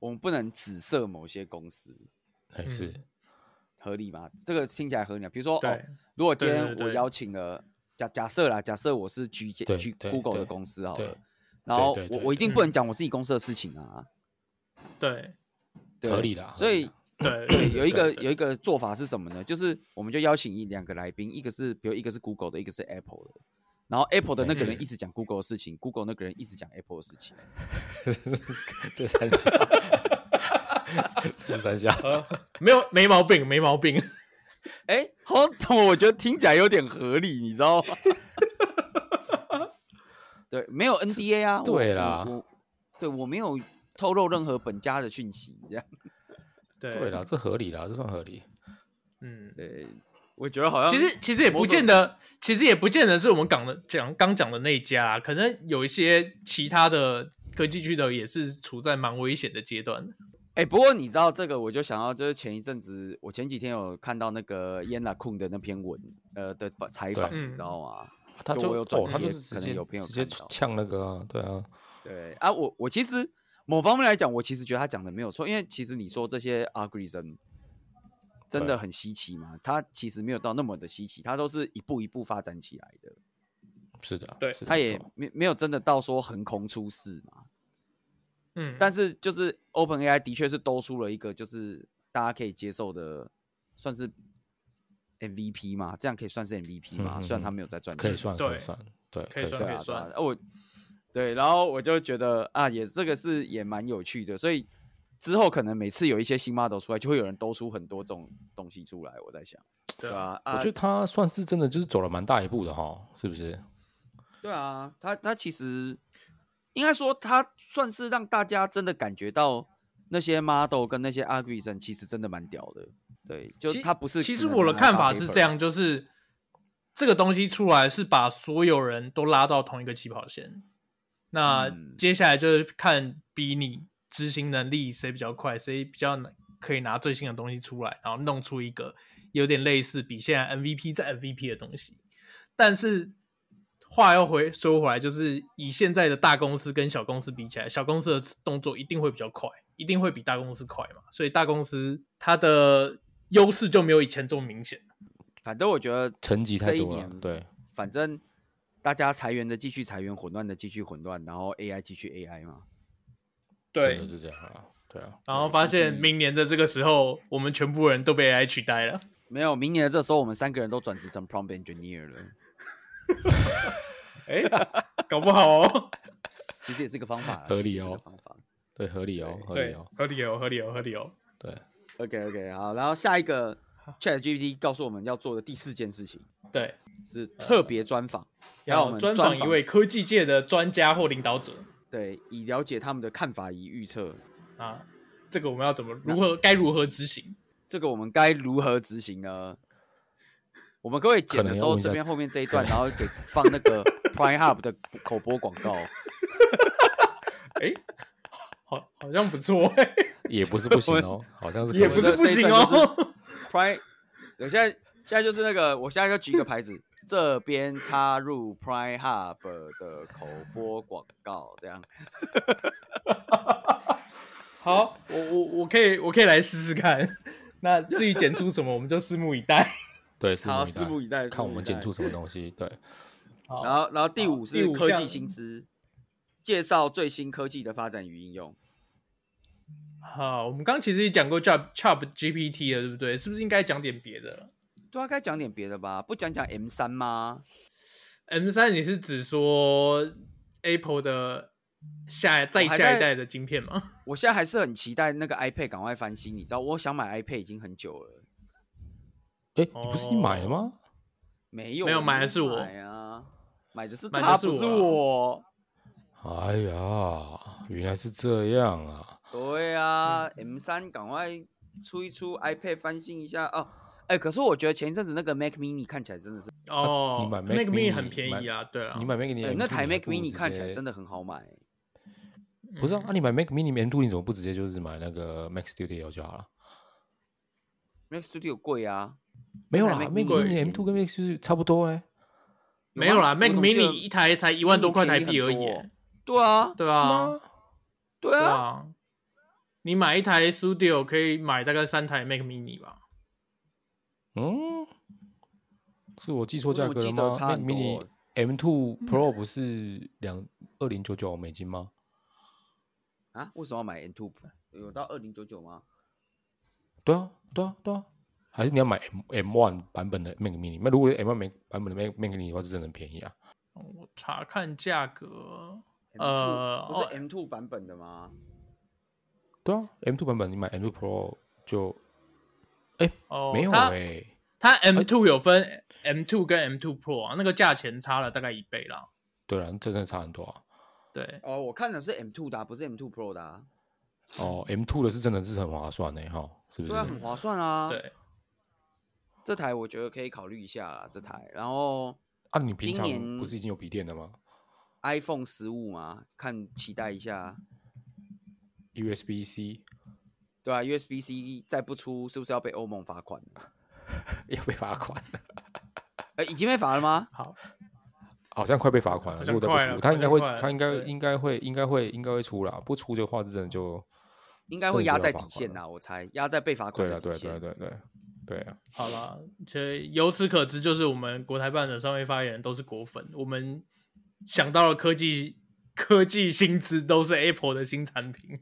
[SPEAKER 2] 我们不能只设某些公司，
[SPEAKER 3] 哎是
[SPEAKER 1] 嗯
[SPEAKER 2] 合理吗？这个听起来合理啊。比如说哦
[SPEAKER 1] 对，
[SPEAKER 2] 如果今
[SPEAKER 1] 对
[SPEAKER 2] 天
[SPEAKER 1] 对
[SPEAKER 2] 我
[SPEAKER 1] 对
[SPEAKER 2] 邀请了假假设啦，假设我是 G
[SPEAKER 3] 对
[SPEAKER 2] G
[SPEAKER 3] 对
[SPEAKER 2] Google 的
[SPEAKER 3] 对
[SPEAKER 2] 公司好
[SPEAKER 3] 对
[SPEAKER 2] 了，然后
[SPEAKER 3] 对
[SPEAKER 2] 我
[SPEAKER 3] 对
[SPEAKER 2] 我一定
[SPEAKER 1] 对
[SPEAKER 2] 不能讲我自己公司的事情
[SPEAKER 1] 哦
[SPEAKER 2] 啊，
[SPEAKER 1] 对
[SPEAKER 2] 对
[SPEAKER 3] 合理的啊，
[SPEAKER 2] 所
[SPEAKER 3] 合理
[SPEAKER 2] 以
[SPEAKER 3] 的啊
[SPEAKER 1] 对
[SPEAKER 2] 对， 有一个有
[SPEAKER 1] 一
[SPEAKER 2] 一个做法是什么呢？就是我们就邀请一两个来宾，一个是比如一个是 Google 的，一个是 Apple 的。然后 Apple 的那个人
[SPEAKER 1] 嗯
[SPEAKER 2] 一直讲 Google 的事情，Google 那个人一直讲 Apple 的事情。
[SPEAKER 3] 这三下， 这三下，
[SPEAKER 1] 呃没有没毛病，没毛病。
[SPEAKER 2] 哎，好，怎么我觉得听起来有点合理，你知道吗？ 对，没有 NDA 啊。我
[SPEAKER 3] 对啦
[SPEAKER 2] 我我对我没有透露任何本家的讯息，这样。
[SPEAKER 1] 对
[SPEAKER 3] 对啦，这合理啦，这算合理。
[SPEAKER 1] 嗯，
[SPEAKER 2] 对，我觉得好像
[SPEAKER 1] 其实其实也不见得，其实也不见得是我们讲的讲刚讲的那一家啊，可能有一些其他的科技巨头也是处在蛮危险的阶段的。
[SPEAKER 2] 哎、不过你知道这个，我就想到就是前一阵子，我前几天有看到那个烟拉控的那篇文，呃的访采访，
[SPEAKER 3] 啊
[SPEAKER 1] 嗯
[SPEAKER 2] 你知道吗？
[SPEAKER 3] 他
[SPEAKER 2] 就
[SPEAKER 3] 就
[SPEAKER 2] 我有
[SPEAKER 3] 哦，
[SPEAKER 2] 转
[SPEAKER 3] 他就
[SPEAKER 2] 贴
[SPEAKER 3] 是直
[SPEAKER 2] 可能
[SPEAKER 3] 接
[SPEAKER 2] 有朋友
[SPEAKER 3] 直接
[SPEAKER 2] 看到
[SPEAKER 3] 呛那个啊，对啊，
[SPEAKER 2] 对啊，我我其实某方面来讲，我其实觉得他讲的没有错，因为其实你说这些 algorithm 真
[SPEAKER 3] 对
[SPEAKER 2] 的很稀奇吗？它其实没有到那么的稀奇，它都是一步一步发展起来的，
[SPEAKER 3] 是的，啊
[SPEAKER 1] 对
[SPEAKER 3] 是的
[SPEAKER 2] 它也
[SPEAKER 3] 没错
[SPEAKER 2] 没没有真的到说横空出世嘛。
[SPEAKER 1] 嗯，
[SPEAKER 2] 但是就是 OpenAI 的确是兜出了一个就是大家可以接受的，算是 MVP 嘛，这样可以算是 MVP 嘛？
[SPEAKER 3] 嗯嗯
[SPEAKER 2] 虽然
[SPEAKER 3] 嗯
[SPEAKER 2] 他没有在赚
[SPEAKER 3] 可
[SPEAKER 2] 钱，
[SPEAKER 3] 以算，可
[SPEAKER 1] 对
[SPEAKER 3] 以算，对，
[SPEAKER 1] 可以
[SPEAKER 2] 对
[SPEAKER 1] 算
[SPEAKER 2] 啊，对
[SPEAKER 1] 算
[SPEAKER 2] 啊，啊我对，然后我就觉得啊，也这个是也蛮有趣的，所以之后可能每次有一些新 model 出来，就会有人兜出很多这种东西出来，我在想，
[SPEAKER 1] 对
[SPEAKER 2] 对啊，
[SPEAKER 3] 我
[SPEAKER 2] 啊
[SPEAKER 3] 觉，得他算是真的就是走了蛮大一步的哈，是不是？
[SPEAKER 2] 对啊，他他其实应该说，他算是让大家真的感觉到那些 model 跟那些 algorithm 其实真的蛮屌的。对，就
[SPEAKER 1] 其
[SPEAKER 2] 他不是
[SPEAKER 1] 其
[SPEAKER 2] 只
[SPEAKER 1] 实
[SPEAKER 2] 能
[SPEAKER 1] 我的
[SPEAKER 2] 拿来
[SPEAKER 1] 看
[SPEAKER 2] 发
[SPEAKER 1] 法是
[SPEAKER 2] paper
[SPEAKER 1] 这，样，就是这个东西出来是把所有人都拉到同一个起跑线。那
[SPEAKER 2] 嗯
[SPEAKER 1] 接下来就是看比你执行能力谁比较快，谁比较能可以拿最新的东西出来，然后弄出一个有点类似比现在 MVP 在 MVP 的东西。但是话又回说回来，就是以现在的大公司跟小公司比起来，小公司的动作一定会比较快，一定会比大公司快嘛，所以大公司它的优势就没有以前这么明显。
[SPEAKER 2] 反正我觉得，
[SPEAKER 3] 层级
[SPEAKER 2] 这
[SPEAKER 3] 太
[SPEAKER 2] 一
[SPEAKER 3] 多了
[SPEAKER 2] 年，
[SPEAKER 3] 对，
[SPEAKER 2] 反正大家裁员的继续裁员，混乱的继续混乱，然后 AI 继续 AI 嘛。
[SPEAKER 3] 真的是这样啊，对啊，
[SPEAKER 1] 然后发现
[SPEAKER 2] 估计
[SPEAKER 1] 明年的这个时候，我们全部人都被 AI 取代了。
[SPEAKER 2] 没有，明年的这时候我们三个人都转职成 prompt engineer 了，
[SPEAKER 1] 哎，搞不好哦。
[SPEAKER 2] 其实也是一个方法啦，其
[SPEAKER 3] 合
[SPEAKER 2] 实
[SPEAKER 3] 理
[SPEAKER 2] 也是
[SPEAKER 3] 哦
[SPEAKER 2] 个方法。
[SPEAKER 3] 对，合理哦，合理
[SPEAKER 1] 对
[SPEAKER 3] 哦，，
[SPEAKER 1] 合理哦，合理哦，合理哦。
[SPEAKER 3] 对，
[SPEAKER 2] OK OK，好，然后下一个 ChatGPT 告诉我们要做的第四件事情
[SPEAKER 1] 对，
[SPEAKER 2] 是特别专访，让我
[SPEAKER 1] 要
[SPEAKER 2] 们
[SPEAKER 1] 专访一
[SPEAKER 2] 访
[SPEAKER 1] 位科技界的专家或领导者
[SPEAKER 2] 对，以了解他们的看法与预测。
[SPEAKER 1] 啊，这个我们要怎么如何该如何执行？
[SPEAKER 2] 这个我们该如何执行呢？我们可不可以剪的时
[SPEAKER 3] 可能要
[SPEAKER 2] 候
[SPEAKER 3] 问一下
[SPEAKER 2] 这边后面这一段，然后给放那 个 Prime Hub 的口播广告？
[SPEAKER 1] 哎、好，好像不错、欸，
[SPEAKER 3] 也不是不行哦，好像是可 以
[SPEAKER 1] 也不是不行哦、
[SPEAKER 2] Prime，我现在现在就是那个，我现在就举一个牌子，这边插入 Prime Hub 的口播广告，这样
[SPEAKER 1] 好，我我我可以我可以来试试看。 那至于剪出什么，我们就拭目以待。
[SPEAKER 3] 对，拭
[SPEAKER 2] 好，
[SPEAKER 3] 目
[SPEAKER 2] 拭目
[SPEAKER 3] 以
[SPEAKER 2] 以待，
[SPEAKER 3] 待，看我们剪出
[SPEAKER 2] 出。
[SPEAKER 3] 什么东西。对，
[SPEAKER 1] 好，
[SPEAKER 2] 然后，然后第
[SPEAKER 1] 好
[SPEAKER 2] 五
[SPEAKER 1] 第
[SPEAKER 2] 是
[SPEAKER 1] 五
[SPEAKER 2] 科技
[SPEAKER 1] 项
[SPEAKER 2] 新知，介绍最新科技的发展与应用。
[SPEAKER 1] 好，我们刚刚其实也讲过 Chat Chat GPT 了，对不对？是不是应该讲点别的了
[SPEAKER 2] 对啊，该讲点别的吧？不讲讲 M 三吗？
[SPEAKER 1] ？M 三，你是指说 Apple 的下再
[SPEAKER 2] 我还
[SPEAKER 1] 下一
[SPEAKER 2] 在
[SPEAKER 1] 代的晶片 吗？
[SPEAKER 2] 我现在还是很期待那个 iPad 赶快翻新，你知道，我想买 iPad 已经很久了，
[SPEAKER 3] 哎，你不是你买了吗？
[SPEAKER 2] 没有
[SPEAKER 1] 没有
[SPEAKER 2] 我
[SPEAKER 1] 买的是我
[SPEAKER 2] 买啊，买的是
[SPEAKER 1] 买的
[SPEAKER 2] 他，
[SPEAKER 1] 是
[SPEAKER 2] 不是
[SPEAKER 1] 我啊
[SPEAKER 2] 我。
[SPEAKER 3] 哎呀，原来是这样啊！
[SPEAKER 2] 对啊，M
[SPEAKER 1] 嗯
[SPEAKER 2] 三赶快出一出 iPad 翻新一下哦。哎、可是我觉得前一阵子那个 Mac Mini 看起来真的是，
[SPEAKER 1] 哦，
[SPEAKER 3] 啊你买
[SPEAKER 1] Mac
[SPEAKER 3] Mac Mini，
[SPEAKER 1] 很便宜啊，对啊，
[SPEAKER 3] 你买 Mac
[SPEAKER 2] 哎、
[SPEAKER 3] Mini，
[SPEAKER 2] 那台 Mac Mini 看起来真
[SPEAKER 3] 的
[SPEAKER 2] 的很好买、
[SPEAKER 1] 嗯
[SPEAKER 3] 不是啊？那你买 Mac Mini M Two，你怎么不直接就是买那个 Mac Studio 就好了？
[SPEAKER 2] m a c Studio 贵啊，
[SPEAKER 3] 没有啦
[SPEAKER 2] 那台
[SPEAKER 3] ，Mac
[SPEAKER 2] Mac Mini 很
[SPEAKER 3] Mini
[SPEAKER 2] 便
[SPEAKER 3] M
[SPEAKER 2] 宜
[SPEAKER 3] Two 跟 Mac 就是差不多哎。
[SPEAKER 1] 没有啦
[SPEAKER 2] 吗
[SPEAKER 1] ，Mac
[SPEAKER 2] 我怎么记得
[SPEAKER 1] Mini 一台才一万多块台币而已
[SPEAKER 2] Mini 便宜
[SPEAKER 1] 耶、
[SPEAKER 2] 很多对啊，
[SPEAKER 1] 对
[SPEAKER 3] 是
[SPEAKER 1] 啊，
[SPEAKER 3] 吗？
[SPEAKER 2] 对
[SPEAKER 1] 对
[SPEAKER 2] 啊，
[SPEAKER 1] 啊，你买一台 Studio 可以买大概三台 Mac Mini 吧？
[SPEAKER 3] 嗯，是我记错
[SPEAKER 2] 我怎
[SPEAKER 3] 价
[SPEAKER 2] 么
[SPEAKER 3] 格了
[SPEAKER 2] 记得
[SPEAKER 3] 吗
[SPEAKER 2] 差
[SPEAKER 3] ？Mac
[SPEAKER 2] 很
[SPEAKER 3] Mini
[SPEAKER 2] 多
[SPEAKER 3] M Two Pro 不是两二零九九美金吗？
[SPEAKER 2] 啊，为什么要买 N Two？有到二零九九吗？
[SPEAKER 3] 对啊，对啊，对啊。还是你要买 M M One 版本的 Mac Mini？那如果 M One 版本的 Mac Mac Mini 的话，就真的很便宜啊。
[SPEAKER 1] 嗯我查看价格，
[SPEAKER 2] M2
[SPEAKER 1] 呃
[SPEAKER 2] 不是
[SPEAKER 1] 哦
[SPEAKER 2] M two 版本的吗？
[SPEAKER 3] 对啊，M Two 版本你买 M Two Pro 就
[SPEAKER 1] 哦，
[SPEAKER 3] 没有
[SPEAKER 1] 它
[SPEAKER 3] 哎、
[SPEAKER 1] 它 M two 有分 M two 跟 M two Pro 啊，那个价钱差了大概一倍啦。
[SPEAKER 3] 对啊，这真的差很多啊。
[SPEAKER 1] 对，
[SPEAKER 2] 哦，我看的是 M two 的啊、不是 M two Pro 的、啊。
[SPEAKER 3] 哦，M Two 的是真的是很划算呢、欸哈，是不是？
[SPEAKER 2] 对啊，很划算啊。，
[SPEAKER 1] 对，
[SPEAKER 2] 这台我觉得可以考虑一下啊，这台。然后
[SPEAKER 3] 啊，你平
[SPEAKER 2] 今
[SPEAKER 3] 常
[SPEAKER 2] 年
[SPEAKER 3] 不是已经有笔电了吗
[SPEAKER 2] iPhone 十五嘛，看期待一下。啊
[SPEAKER 3] ？USB C
[SPEAKER 2] 对啊，USB C 再不出，是不是要被欧盟罚款？
[SPEAKER 3] 要被罚款，
[SPEAKER 2] 呃，已经被罚了吗？
[SPEAKER 1] 好，
[SPEAKER 3] 好像快被罚款了。
[SPEAKER 1] 好像
[SPEAKER 3] 如果再
[SPEAKER 1] 快
[SPEAKER 3] 不
[SPEAKER 1] 了
[SPEAKER 3] 出，他应该会
[SPEAKER 1] 好像快，了
[SPEAKER 3] 他应该
[SPEAKER 1] 对
[SPEAKER 3] 应该会应该会应该会出啦。不出的话，真的就
[SPEAKER 2] 应该会压在底线
[SPEAKER 3] 呐。
[SPEAKER 2] 呐、我猜压在被罚
[SPEAKER 3] 对
[SPEAKER 2] 款的
[SPEAKER 3] 了，对啊
[SPEAKER 2] 底
[SPEAKER 3] 对
[SPEAKER 2] 线。
[SPEAKER 3] 对对对啊！
[SPEAKER 1] 好啦，所以由此可知，就是我们国台办的三位发言人都是果粉，我们想到了科技科技新知都是 Apple 的新产品。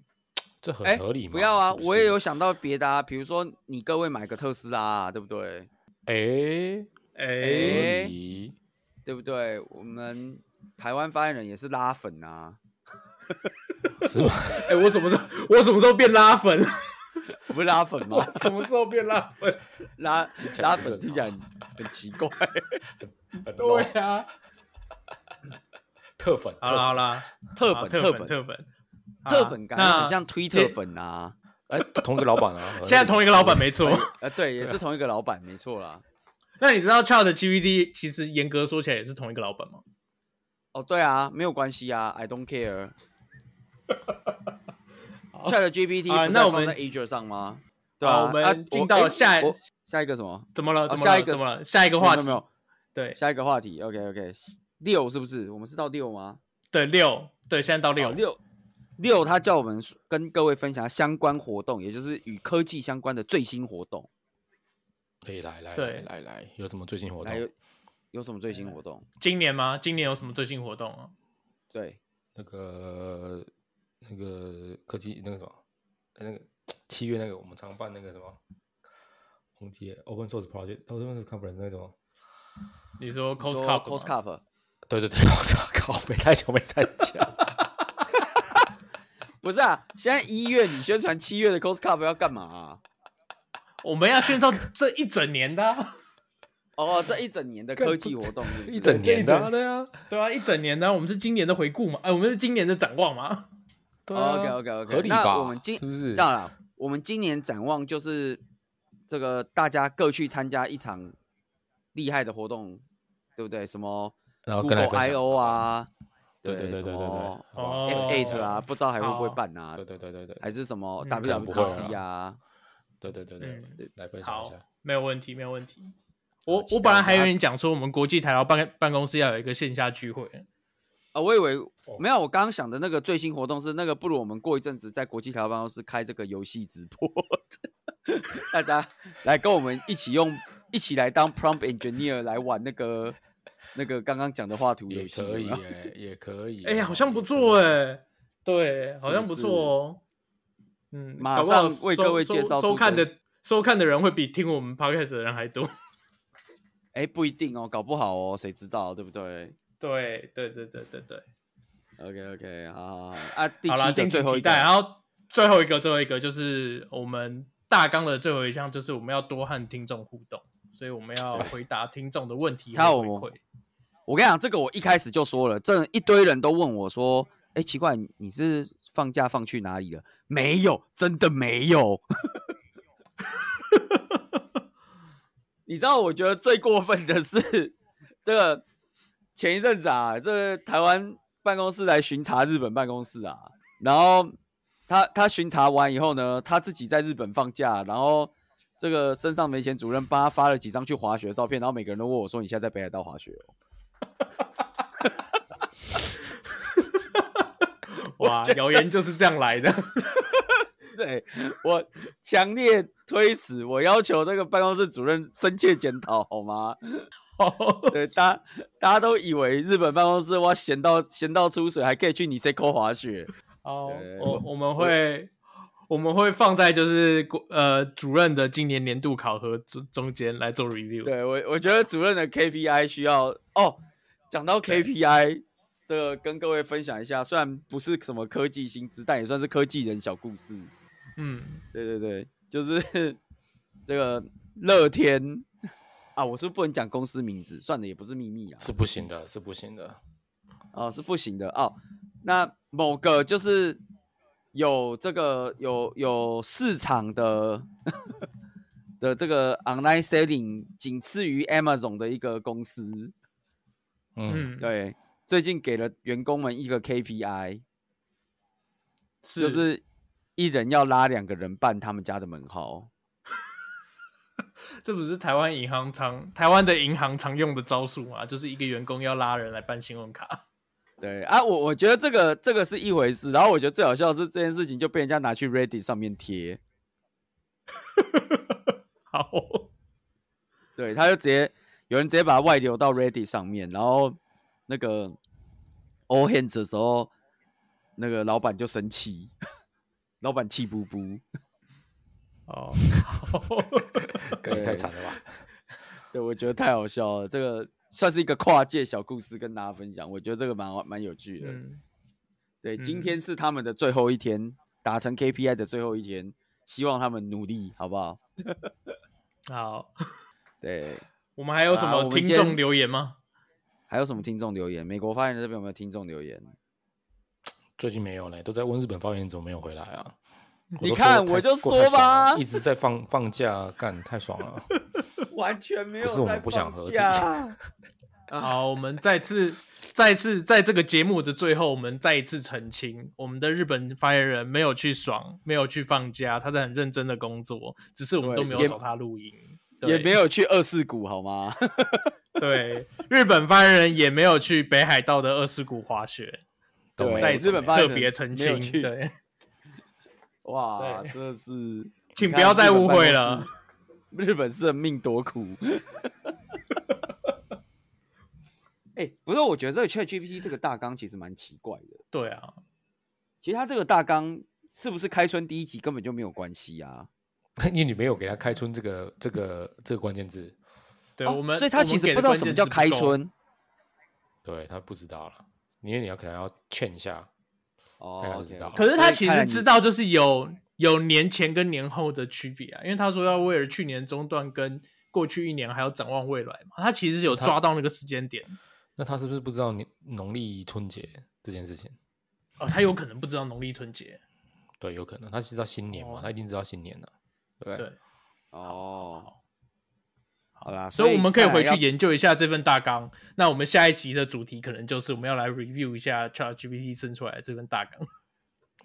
[SPEAKER 3] 这很
[SPEAKER 2] 哎
[SPEAKER 3] 合理嘛？
[SPEAKER 2] 不要啊，
[SPEAKER 3] 是不是
[SPEAKER 2] 我也有想到别的啊，比如说你各位买个特斯拉、啊，对不对？
[SPEAKER 3] 哎
[SPEAKER 1] 哎、
[SPEAKER 2] 哎
[SPEAKER 3] 合理
[SPEAKER 2] 对不对？我们台湾发言人也是拉粉啊，
[SPEAKER 3] 是吗？
[SPEAKER 1] 哎、我什么时候我什么时候变拉粉？
[SPEAKER 2] 不是拉粉 吗？
[SPEAKER 1] 什么时候变拉粉？
[SPEAKER 2] 拉
[SPEAKER 3] 起来
[SPEAKER 2] 拉
[SPEAKER 3] 不是
[SPEAKER 2] 粉
[SPEAKER 3] 很
[SPEAKER 2] 听起来很很奇怪。
[SPEAKER 1] 对啊，
[SPEAKER 3] 特粉，
[SPEAKER 1] 好啦
[SPEAKER 3] 特粉
[SPEAKER 1] 好啦，
[SPEAKER 2] 特
[SPEAKER 1] 好啊
[SPEAKER 2] 粉
[SPEAKER 1] 特
[SPEAKER 2] 粉
[SPEAKER 1] 特粉
[SPEAKER 2] 特粉感觉
[SPEAKER 1] 那
[SPEAKER 2] 很像推特
[SPEAKER 1] 接
[SPEAKER 2] 粉啊，
[SPEAKER 3] 哎，同一个老板啊，
[SPEAKER 1] 现在同一个老板没错。
[SPEAKER 2] 呃，对，也
[SPEAKER 1] 啊
[SPEAKER 2] 是同一个老板，没错啦。
[SPEAKER 1] 那你知道 Chat GPT 其实严格说起来也是同一个老板吗？
[SPEAKER 2] 哦，对啊，没有关系啊，I don't care
[SPEAKER 1] 好。
[SPEAKER 2] Chat GPT
[SPEAKER 1] 啊
[SPEAKER 2] 不是
[SPEAKER 1] 那
[SPEAKER 2] 还
[SPEAKER 1] 我
[SPEAKER 2] 放
[SPEAKER 1] 们
[SPEAKER 2] 在 Azure 上吗？对
[SPEAKER 1] 好
[SPEAKER 2] 啊，
[SPEAKER 1] 我们
[SPEAKER 2] 啊
[SPEAKER 1] 进到
[SPEAKER 2] 诶
[SPEAKER 1] 下一
[SPEAKER 2] 我下一个什么？
[SPEAKER 1] 怎么了？
[SPEAKER 2] 哦
[SPEAKER 1] 怎么
[SPEAKER 2] 下
[SPEAKER 1] 了？
[SPEAKER 2] 一个
[SPEAKER 1] 怎么了？下一个话
[SPEAKER 2] 没有
[SPEAKER 1] 题
[SPEAKER 2] 没，有，
[SPEAKER 1] 对
[SPEAKER 2] 下一个话题。OK OK，六是不是？我们是到六吗？
[SPEAKER 1] 对六，对现在到
[SPEAKER 2] 哦
[SPEAKER 1] 六，
[SPEAKER 2] 六六，他叫我们跟各位分享相关活动，也就是与科技相关的最新活动。
[SPEAKER 3] 可以来来
[SPEAKER 1] 对
[SPEAKER 3] 来来来，有什么最新活动
[SPEAKER 2] 来？有有什么最新活动？
[SPEAKER 1] 今年吗？今年有什么最新活动啊？
[SPEAKER 2] 对，
[SPEAKER 3] 那个那个科技那个什么，那个七月那个我们常办那个什么，红杰 Open Source Project Open Source Conference 那种。
[SPEAKER 1] 你说 Cost
[SPEAKER 2] 说
[SPEAKER 1] Cup
[SPEAKER 2] Cost
[SPEAKER 1] 吗
[SPEAKER 2] Cup，
[SPEAKER 3] 对对对，我操，靠，没太久没参加。
[SPEAKER 2] 不是啊，现在一月你宣传七月的 Cost Cup 要干嘛、啊？
[SPEAKER 1] 我们要宣传这一整年的啊，
[SPEAKER 2] 哦，这一整年的科技活动是不是
[SPEAKER 3] 一整年的啊，
[SPEAKER 1] 这
[SPEAKER 3] 对啊，
[SPEAKER 1] 对啊，一整年的啊，我们是今年的回顾嘛，哎，我们是今年的展望嘛，
[SPEAKER 3] 对啊
[SPEAKER 2] OK OK OK，
[SPEAKER 3] 啊合理
[SPEAKER 2] 那
[SPEAKER 3] 吧？
[SPEAKER 2] 我们今
[SPEAKER 3] 是不是
[SPEAKER 2] 这？样啦，我们今年展望就是这个大家各去参加一场厉害的活动，对不对？什么
[SPEAKER 3] 然后哦跟来
[SPEAKER 2] Google
[SPEAKER 3] 分
[SPEAKER 2] I
[SPEAKER 3] 享
[SPEAKER 2] O 啊，
[SPEAKER 3] 对对对
[SPEAKER 2] 什
[SPEAKER 3] 对对
[SPEAKER 2] 么
[SPEAKER 3] 对，好不好
[SPEAKER 2] F
[SPEAKER 1] 哦
[SPEAKER 2] eight 啊，不知道还会不会
[SPEAKER 1] 好
[SPEAKER 2] 办啊
[SPEAKER 3] 对？对对对对，
[SPEAKER 2] 还是什么
[SPEAKER 1] 嗯可能
[SPEAKER 3] 不会啊
[SPEAKER 2] WWDC 啊？
[SPEAKER 3] 对对对对
[SPEAKER 1] 嗯
[SPEAKER 3] 对，来分享一
[SPEAKER 1] 好
[SPEAKER 3] 下。，
[SPEAKER 1] 没有问题，没有问题。我
[SPEAKER 2] 期
[SPEAKER 1] 我
[SPEAKER 2] 待
[SPEAKER 1] 本来
[SPEAKER 2] 一下
[SPEAKER 1] 还以
[SPEAKER 2] 啊
[SPEAKER 1] 为你讲说我们国际台劳办办公室要有一个线下聚会，
[SPEAKER 2] 啊，我以为
[SPEAKER 1] 哦
[SPEAKER 2] 没有，我刚刚想的那个最新活动是那个，不如我们过一阵子在国际台湾办公室开这个游戏直播， 大家来跟我们一起用，一起来当 prompt engineer 来玩那个那个刚刚讲的画图游
[SPEAKER 3] 也
[SPEAKER 2] 戏，
[SPEAKER 3] 可以
[SPEAKER 2] 有没有
[SPEAKER 3] 耶，也可以。啊
[SPEAKER 1] 哎、好像不
[SPEAKER 3] 错
[SPEAKER 1] 错哎、对，好像
[SPEAKER 2] 是
[SPEAKER 1] 不
[SPEAKER 2] 不
[SPEAKER 1] 错哦。嗯，
[SPEAKER 2] 马
[SPEAKER 1] 搞不好
[SPEAKER 2] 上为
[SPEAKER 1] 收
[SPEAKER 2] 各位
[SPEAKER 1] 收
[SPEAKER 2] 介绍
[SPEAKER 1] 收
[SPEAKER 2] 出
[SPEAKER 1] 看
[SPEAKER 2] 这
[SPEAKER 1] 的收看的人会比听我们 podcast 的人还多。
[SPEAKER 2] 哎、不一定哦，搞不好哦，谁知道，对不对
[SPEAKER 1] 对对对对对对，
[SPEAKER 2] ？OK OK，好好好啊，第
[SPEAKER 1] 好啦，
[SPEAKER 2] 七
[SPEAKER 1] 敬
[SPEAKER 2] 个最
[SPEAKER 1] 请
[SPEAKER 2] 后
[SPEAKER 1] 期
[SPEAKER 2] 一个，
[SPEAKER 1] 待。然后最后一个，最后一个就是我们大纲的最后一项，就是我们要多和听众互动，所以我们要回答听众的问题
[SPEAKER 2] 他
[SPEAKER 1] 和
[SPEAKER 2] 有
[SPEAKER 1] 回
[SPEAKER 2] 我
[SPEAKER 1] 馈。
[SPEAKER 2] 我跟你讲，这个我一开始就说了，这一堆人都问我说：“哎、奇怪，你你是放假放去哪里了？”没有，真的没有。 你知道，我觉得最过分的是，这个前一阵子啊，这个台湾办公室来巡查日本办公室啊，然后他他巡查完以后呢，他自己在日本放假，然后这个身上没钱主任帮他发了几张去滑雪的照片，然后每个人都问我说：“你现在在北海道滑雪哦？”
[SPEAKER 1] 哇，谣言就是这样来的。
[SPEAKER 2] 对我强烈推辞，我要求这个办公室主任深切检讨，好吗？对，大家大家都以为日本办公室哇闲到闲到出水，还可以去你 C 口滑雪，
[SPEAKER 1] 哦
[SPEAKER 2] 对，
[SPEAKER 1] 我我们会我们会放在就是国呃主任的今年年度考核中中间来做 review。，
[SPEAKER 2] 对我，我觉得主任的 KPI 需要哦。讲到 KPI，这个跟各位分享一下，虽然不是什么科技薪资，但也算是科技人小故事。
[SPEAKER 1] 嗯，
[SPEAKER 2] 对对对，就是 这个乐天啊，我是不能讲公司名字，算了，也不是秘密啊。
[SPEAKER 3] 是不行的，是不行的。
[SPEAKER 2] 哦，是不行的哦。那某个就是有这个有有市场的 的这个 online selling 仅次于 Amazon 的一个公司，
[SPEAKER 3] 嗯，
[SPEAKER 1] 嗯，，
[SPEAKER 2] 对，最近给了员工们一个 KPI，
[SPEAKER 1] 是
[SPEAKER 2] 就是一人要拉两个人办他们家的门号。
[SPEAKER 1] 这不是台湾银行常台湾的银行常用的招数嘛？就是一个员工要拉人来办信用卡。
[SPEAKER 2] 对啊，我我觉得这个这个是一回事，然后我觉得最好笑的是这件事情就被人家拿去 Reddit 上面贴，
[SPEAKER 1] 好，
[SPEAKER 2] 对，他就直接有人直接把它外流到 Ready 上面，然后那个 All Hands 的时候，那个老板就生气， 老板气不不，
[SPEAKER 1] 哦，好，
[SPEAKER 3] 可以太惨了吧？
[SPEAKER 2] 对我觉得太好笑了，这个算是一个跨界小故事跟大家分享，我觉得这个蛮好蛮有趣的。
[SPEAKER 1] 嗯，
[SPEAKER 2] 对，
[SPEAKER 1] 嗯
[SPEAKER 2] 今天是他们的最后一天，达成 KPI 的最后一天，希望他们努力，好不好？
[SPEAKER 1] 好，
[SPEAKER 2] 对，
[SPEAKER 1] 我们还有什
[SPEAKER 2] 好啊
[SPEAKER 1] 么
[SPEAKER 2] 我们
[SPEAKER 1] 听
[SPEAKER 2] 今天
[SPEAKER 1] 众留言吗？
[SPEAKER 2] 还有什么听众留言？美国发言人这边有没有听众留言？
[SPEAKER 3] 最近没有嘞，都在问日本发言人怎么没有回来啊？
[SPEAKER 2] 你
[SPEAKER 3] 都说
[SPEAKER 2] 看
[SPEAKER 3] 太
[SPEAKER 2] 我就
[SPEAKER 3] 过太
[SPEAKER 2] 说
[SPEAKER 3] 爽了
[SPEAKER 2] 吧
[SPEAKER 3] 一直在放 放假，干太爽了。
[SPEAKER 2] 完全没
[SPEAKER 3] 不是我
[SPEAKER 2] 有
[SPEAKER 3] 们
[SPEAKER 2] 在
[SPEAKER 3] 不想
[SPEAKER 2] 放
[SPEAKER 3] 合
[SPEAKER 2] 假。啊
[SPEAKER 1] 好，我们再次、再次在这个节目的最后，我们再一次澄清，我们的日本发言人没有去爽，没有去放假，他在很认真的工作，只是我们
[SPEAKER 2] 对
[SPEAKER 1] 都没有
[SPEAKER 2] 也
[SPEAKER 1] 找他录音，
[SPEAKER 2] 也
[SPEAKER 1] 对
[SPEAKER 2] 没有去二世谷好吗？
[SPEAKER 1] 对日本发言人也没有去北海道的二世谷滑雪，
[SPEAKER 3] 都没
[SPEAKER 1] 再
[SPEAKER 3] 有
[SPEAKER 1] 一次
[SPEAKER 2] 日本发言
[SPEAKER 1] 特
[SPEAKER 2] 人
[SPEAKER 1] 别澄
[SPEAKER 2] 没有
[SPEAKER 1] 清，
[SPEAKER 2] 去
[SPEAKER 1] 对，
[SPEAKER 2] 哇，
[SPEAKER 1] 对
[SPEAKER 2] 真的 是，
[SPEAKER 1] 请不
[SPEAKER 2] 你看
[SPEAKER 1] 要再
[SPEAKER 2] 日本
[SPEAKER 1] 误
[SPEAKER 2] 办
[SPEAKER 1] 会
[SPEAKER 2] 公
[SPEAKER 1] 了
[SPEAKER 2] 室。 日本是命多苦。 哎、不是，我觉得这个 Chat GPT 这个大纲其实蛮奇怪的。
[SPEAKER 1] 对啊，
[SPEAKER 2] 其实它这个大纲是不是开春第一集根本就没有关系啊？
[SPEAKER 3] 因为你没有给他开春这个这个这个关键字，
[SPEAKER 1] 对、
[SPEAKER 2] 哦
[SPEAKER 1] 我们，
[SPEAKER 2] 所以他其
[SPEAKER 1] 我们
[SPEAKER 2] 实
[SPEAKER 1] 给
[SPEAKER 2] 不
[SPEAKER 1] 的
[SPEAKER 2] 知道
[SPEAKER 1] 关
[SPEAKER 2] 什么
[SPEAKER 1] 键
[SPEAKER 2] 叫
[SPEAKER 1] 字不
[SPEAKER 2] 开
[SPEAKER 1] 够，
[SPEAKER 2] 春
[SPEAKER 3] 对他不知道了。因为你要可能要劝一下，大
[SPEAKER 2] 哦
[SPEAKER 3] 家都知道
[SPEAKER 2] OK，
[SPEAKER 1] 可是他
[SPEAKER 2] 所以
[SPEAKER 1] 其
[SPEAKER 2] 看来
[SPEAKER 1] 实
[SPEAKER 2] 你
[SPEAKER 1] 知道，就是有有年前跟年后的区别啊，因为他说要为了去年中断跟过去一年还要展望未来嘛，他其实有抓到那个时间点。
[SPEAKER 3] 那他是不是不知道你农历春节这件事情？
[SPEAKER 1] 哦，他有可能不知道农历春节，
[SPEAKER 3] 对，有可能他是知道新年嘛，
[SPEAKER 1] 哦
[SPEAKER 3] 他一定知道新年的，对不对？
[SPEAKER 1] 对
[SPEAKER 2] 哦，好啦，
[SPEAKER 1] 所以我们可以
[SPEAKER 2] 看来
[SPEAKER 1] 回去
[SPEAKER 2] 要
[SPEAKER 1] 研究一下这份大纲。那我们下一集的主题可能就是我们要来 review 一下 ChatGPT 生出来的这份大纲。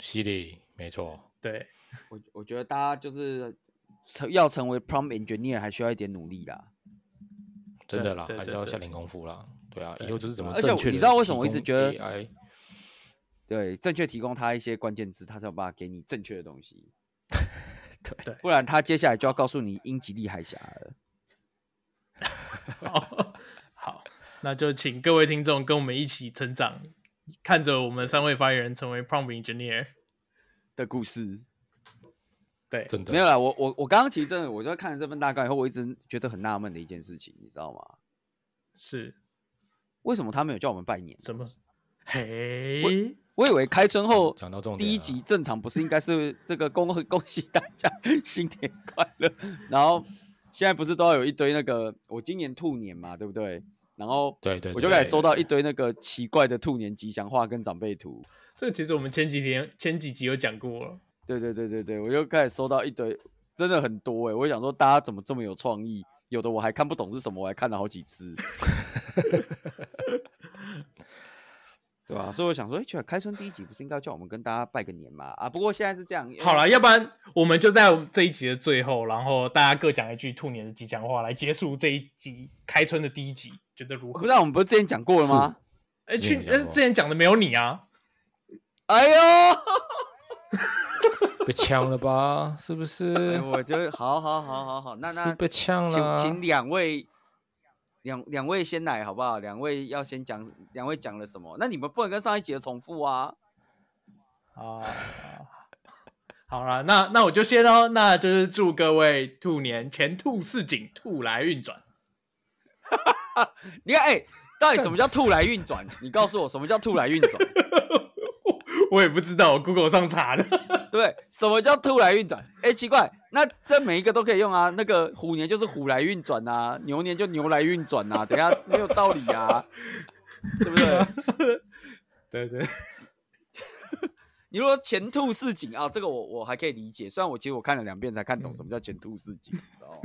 [SPEAKER 3] 犀利，没错，
[SPEAKER 1] 对，
[SPEAKER 2] 我我觉得大家就是成要成为 prompt engineer 还需要一点努力啦。
[SPEAKER 3] 真的啦，
[SPEAKER 1] 对对
[SPEAKER 3] 还是
[SPEAKER 1] 对
[SPEAKER 3] 要
[SPEAKER 1] 对
[SPEAKER 3] 下点功夫啦。对啊，
[SPEAKER 1] 对
[SPEAKER 3] 以后就是怎么
[SPEAKER 2] 而且
[SPEAKER 3] 正确的。
[SPEAKER 2] 你知道为什么我一直觉得
[SPEAKER 3] AI
[SPEAKER 2] 对，正确提供他一些关键字，他才有办法给你正确的东 西。
[SPEAKER 1] 对
[SPEAKER 2] 不然他接下来就要告诉你英吉利海峡了。
[SPEAKER 1] 好，哦好，那就请各位听众跟我们一起成长，看着我们三位发言人成为 prompt engineer。
[SPEAKER 2] 的故事
[SPEAKER 1] 对，
[SPEAKER 3] 真的
[SPEAKER 2] 没有啦，我我我刚刚其实真的，我在看了这份大纲以后，我一直觉得很纳闷的一件事情，你知道吗？
[SPEAKER 1] 是
[SPEAKER 2] 为什么他没有叫我们拜年？
[SPEAKER 1] 什么？嘿，
[SPEAKER 2] 我以为开春后
[SPEAKER 3] 讲到重点了啊
[SPEAKER 2] 第一集正常不是应该是这个恭贺 恭喜大家新年快乐，然后现在不是都要有一堆那个我今年兔年嘛，对不对？然后
[SPEAKER 3] 对对，
[SPEAKER 2] 我就
[SPEAKER 3] 对
[SPEAKER 2] 开始收到一堆那个奇怪的兔年吉祥话跟长辈图，
[SPEAKER 1] 这个其实我们前几天前几集有讲过了。
[SPEAKER 2] 对对对对对，我就开始收到一堆，真的很多哎、我想说大家怎么这么有创意？有的我还看不懂是什么，我还看了好几次， 对吧、所以我想说，哎、居然开春第一集不是应该叫我们跟大家拜个年嘛？啊，不过现在是这样，因为
[SPEAKER 1] 好了，要不然我们就在我们这一集的最后，然后大家各讲一句兔年的吉祥话，来结束这一集开春的第一集，觉得如
[SPEAKER 2] 不
[SPEAKER 1] 何
[SPEAKER 2] 知？道我们不是之前讲过了吗？
[SPEAKER 1] 哎，
[SPEAKER 3] 之前
[SPEAKER 1] 去
[SPEAKER 3] 有，讲
[SPEAKER 1] 呃
[SPEAKER 3] 过
[SPEAKER 1] 之前讲的没有你啊，
[SPEAKER 2] 哎呦，
[SPEAKER 3] 被呛了吧？ 是不是？
[SPEAKER 2] 哎 我觉得好好好好好，那那
[SPEAKER 3] 是被呛了
[SPEAKER 2] 请
[SPEAKER 3] 啊。
[SPEAKER 2] 请两位两两位先来好不好？两位要先讲，两位讲了什么？那你们不能跟上一集的重复啊！
[SPEAKER 1] 啊，好了，那那我就先喽，那就是祝各位兔年前兔似锦，兔来运转。
[SPEAKER 2] 你看，哎、到底什么叫兔来运转？你告诉我什么叫兔来运转？
[SPEAKER 1] 我也不知道，我 Google 上查的。
[SPEAKER 2] 对，什么叫兔来运转？哎、奇怪，那这每一个都可以用啊。那个虎年就是虎来运转啊，牛年就牛来运转啊。等一下没有道理啊，对不对？
[SPEAKER 1] 对对，
[SPEAKER 2] 你如果前兔似锦啊，这个我我还可以理解，虽然我其实我看了两遍才看
[SPEAKER 3] 嗯
[SPEAKER 2] 懂什么叫前兔似锦，你知道吗？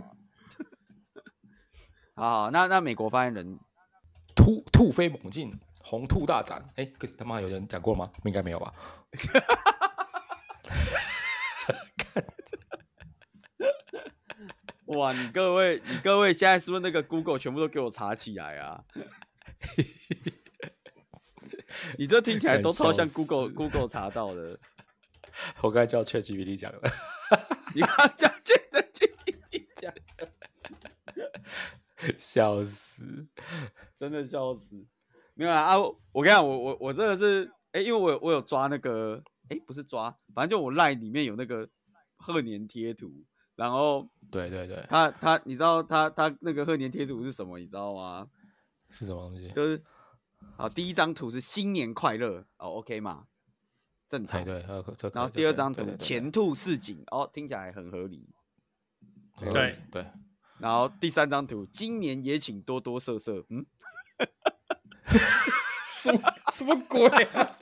[SPEAKER 2] 好好，那那美国发言人
[SPEAKER 3] 突突飞猛进，红兔大展。哎、跟他妈有人讲过吗？应该没有吧？
[SPEAKER 2] 哇，你各位，你各位现在是不是那个 Google 全部都给我查起来啊？ 你这 听起来都超像
[SPEAKER 3] 快笑死
[SPEAKER 2] Google Google 查到的。
[SPEAKER 3] 我刚才叫 ChatGPT 讲了，
[SPEAKER 2] 你看，这样觉得
[SPEAKER 3] 笑死！
[SPEAKER 2] 真的笑死。没有啦啊，我我跟你讲，我我我真的是，哎、因为我有我有抓那个，哎、不是抓，反正就我 line 里面有那个贺年贴图，然后
[SPEAKER 3] 对对对，
[SPEAKER 2] 他他，你知道他他那个贺年贴图是什么，你知道吗？
[SPEAKER 3] 是什么东西？
[SPEAKER 2] 就是，好，第一张图是新年快乐，哦，OK 嘛，正常
[SPEAKER 3] 哎，。对，呃这可
[SPEAKER 2] 然后
[SPEAKER 3] 以
[SPEAKER 2] 第
[SPEAKER 3] 这
[SPEAKER 2] 二
[SPEAKER 3] 可以
[SPEAKER 2] 张
[SPEAKER 3] 对
[SPEAKER 2] 图
[SPEAKER 3] 对对
[SPEAKER 2] 前兔似锦，哦，听起来很合理。
[SPEAKER 3] 对
[SPEAKER 1] 对
[SPEAKER 3] 对，
[SPEAKER 2] 然后第三张图，今年也请多多色色，嗯，
[SPEAKER 1] 什么 什么鬼啊？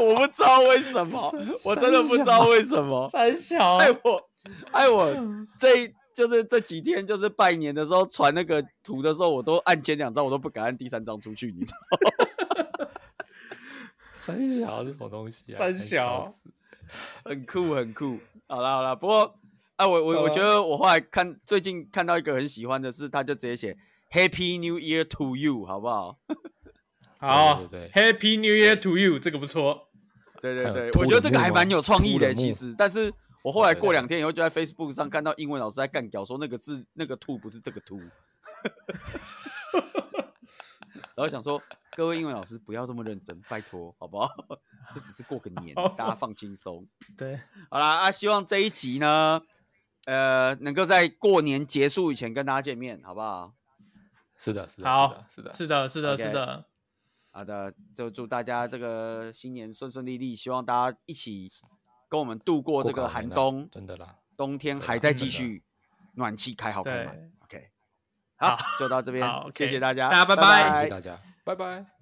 [SPEAKER 2] 我不知道为什么，我真的不知道为什么，
[SPEAKER 1] 三小，
[SPEAKER 2] 害我，害我这一就是这几天就是拜年的时候传那个图的时候，我都按前两张，我都不敢按第三张出去，你知道吗？
[SPEAKER 3] 三小是什么东西啊？
[SPEAKER 1] 三
[SPEAKER 3] 小
[SPEAKER 1] 小
[SPEAKER 3] 死
[SPEAKER 2] 很酷很酷。好啦好啦，不过啊，我我我觉得我后来看最近看到一个很喜欢的是，他就直接写 Happy New Year to you，好不好？
[SPEAKER 1] 好
[SPEAKER 3] 对对对
[SPEAKER 1] ，Happy New Year to you，这个不错。
[SPEAKER 2] 对对
[SPEAKER 3] 还有
[SPEAKER 2] 对，
[SPEAKER 3] 兔
[SPEAKER 2] 我觉得
[SPEAKER 3] 的
[SPEAKER 2] 这个
[SPEAKER 3] 木
[SPEAKER 2] 还蛮
[SPEAKER 3] 吗
[SPEAKER 2] 有创意
[SPEAKER 3] 兔
[SPEAKER 2] 的、
[SPEAKER 3] 的木
[SPEAKER 2] 其实。但是我后来
[SPEAKER 3] 对
[SPEAKER 2] 过
[SPEAKER 3] 对
[SPEAKER 2] 两天以后，就在 Facebook 上看到英文老师在干屌，说那个字那个兔不是这个兔， 然后想说各位英文老师不要这么认真，拜托，好不好？这只是过个年
[SPEAKER 3] 哦
[SPEAKER 1] 好，
[SPEAKER 2] 大家放轻松。
[SPEAKER 1] 对，
[SPEAKER 2] 好啦，啊，希望这一集呢，呃，能够在过年结束以前跟大家见面，好不好？
[SPEAKER 3] 是的，是的，
[SPEAKER 1] 好，
[SPEAKER 3] 是的，是的，
[SPEAKER 1] 是的，是的，
[SPEAKER 2] OK
[SPEAKER 1] 是的，
[SPEAKER 2] 好的，就祝大家这个新年顺顺利利，希望大家一起跟我们度过这
[SPEAKER 3] 过
[SPEAKER 2] 个
[SPEAKER 3] 好
[SPEAKER 2] 寒
[SPEAKER 3] 年啊
[SPEAKER 2] 冬。
[SPEAKER 3] 真的啦，
[SPEAKER 2] 冬天还在继续，暖气开好开满
[SPEAKER 1] 对。
[SPEAKER 2] OK，好，就到这边
[SPEAKER 1] 好，，
[SPEAKER 2] 谢
[SPEAKER 1] ，OK
[SPEAKER 2] 谢大家，
[SPEAKER 1] 大家拜拜
[SPEAKER 3] 谢
[SPEAKER 2] 拜
[SPEAKER 3] 谢大家，拜拜。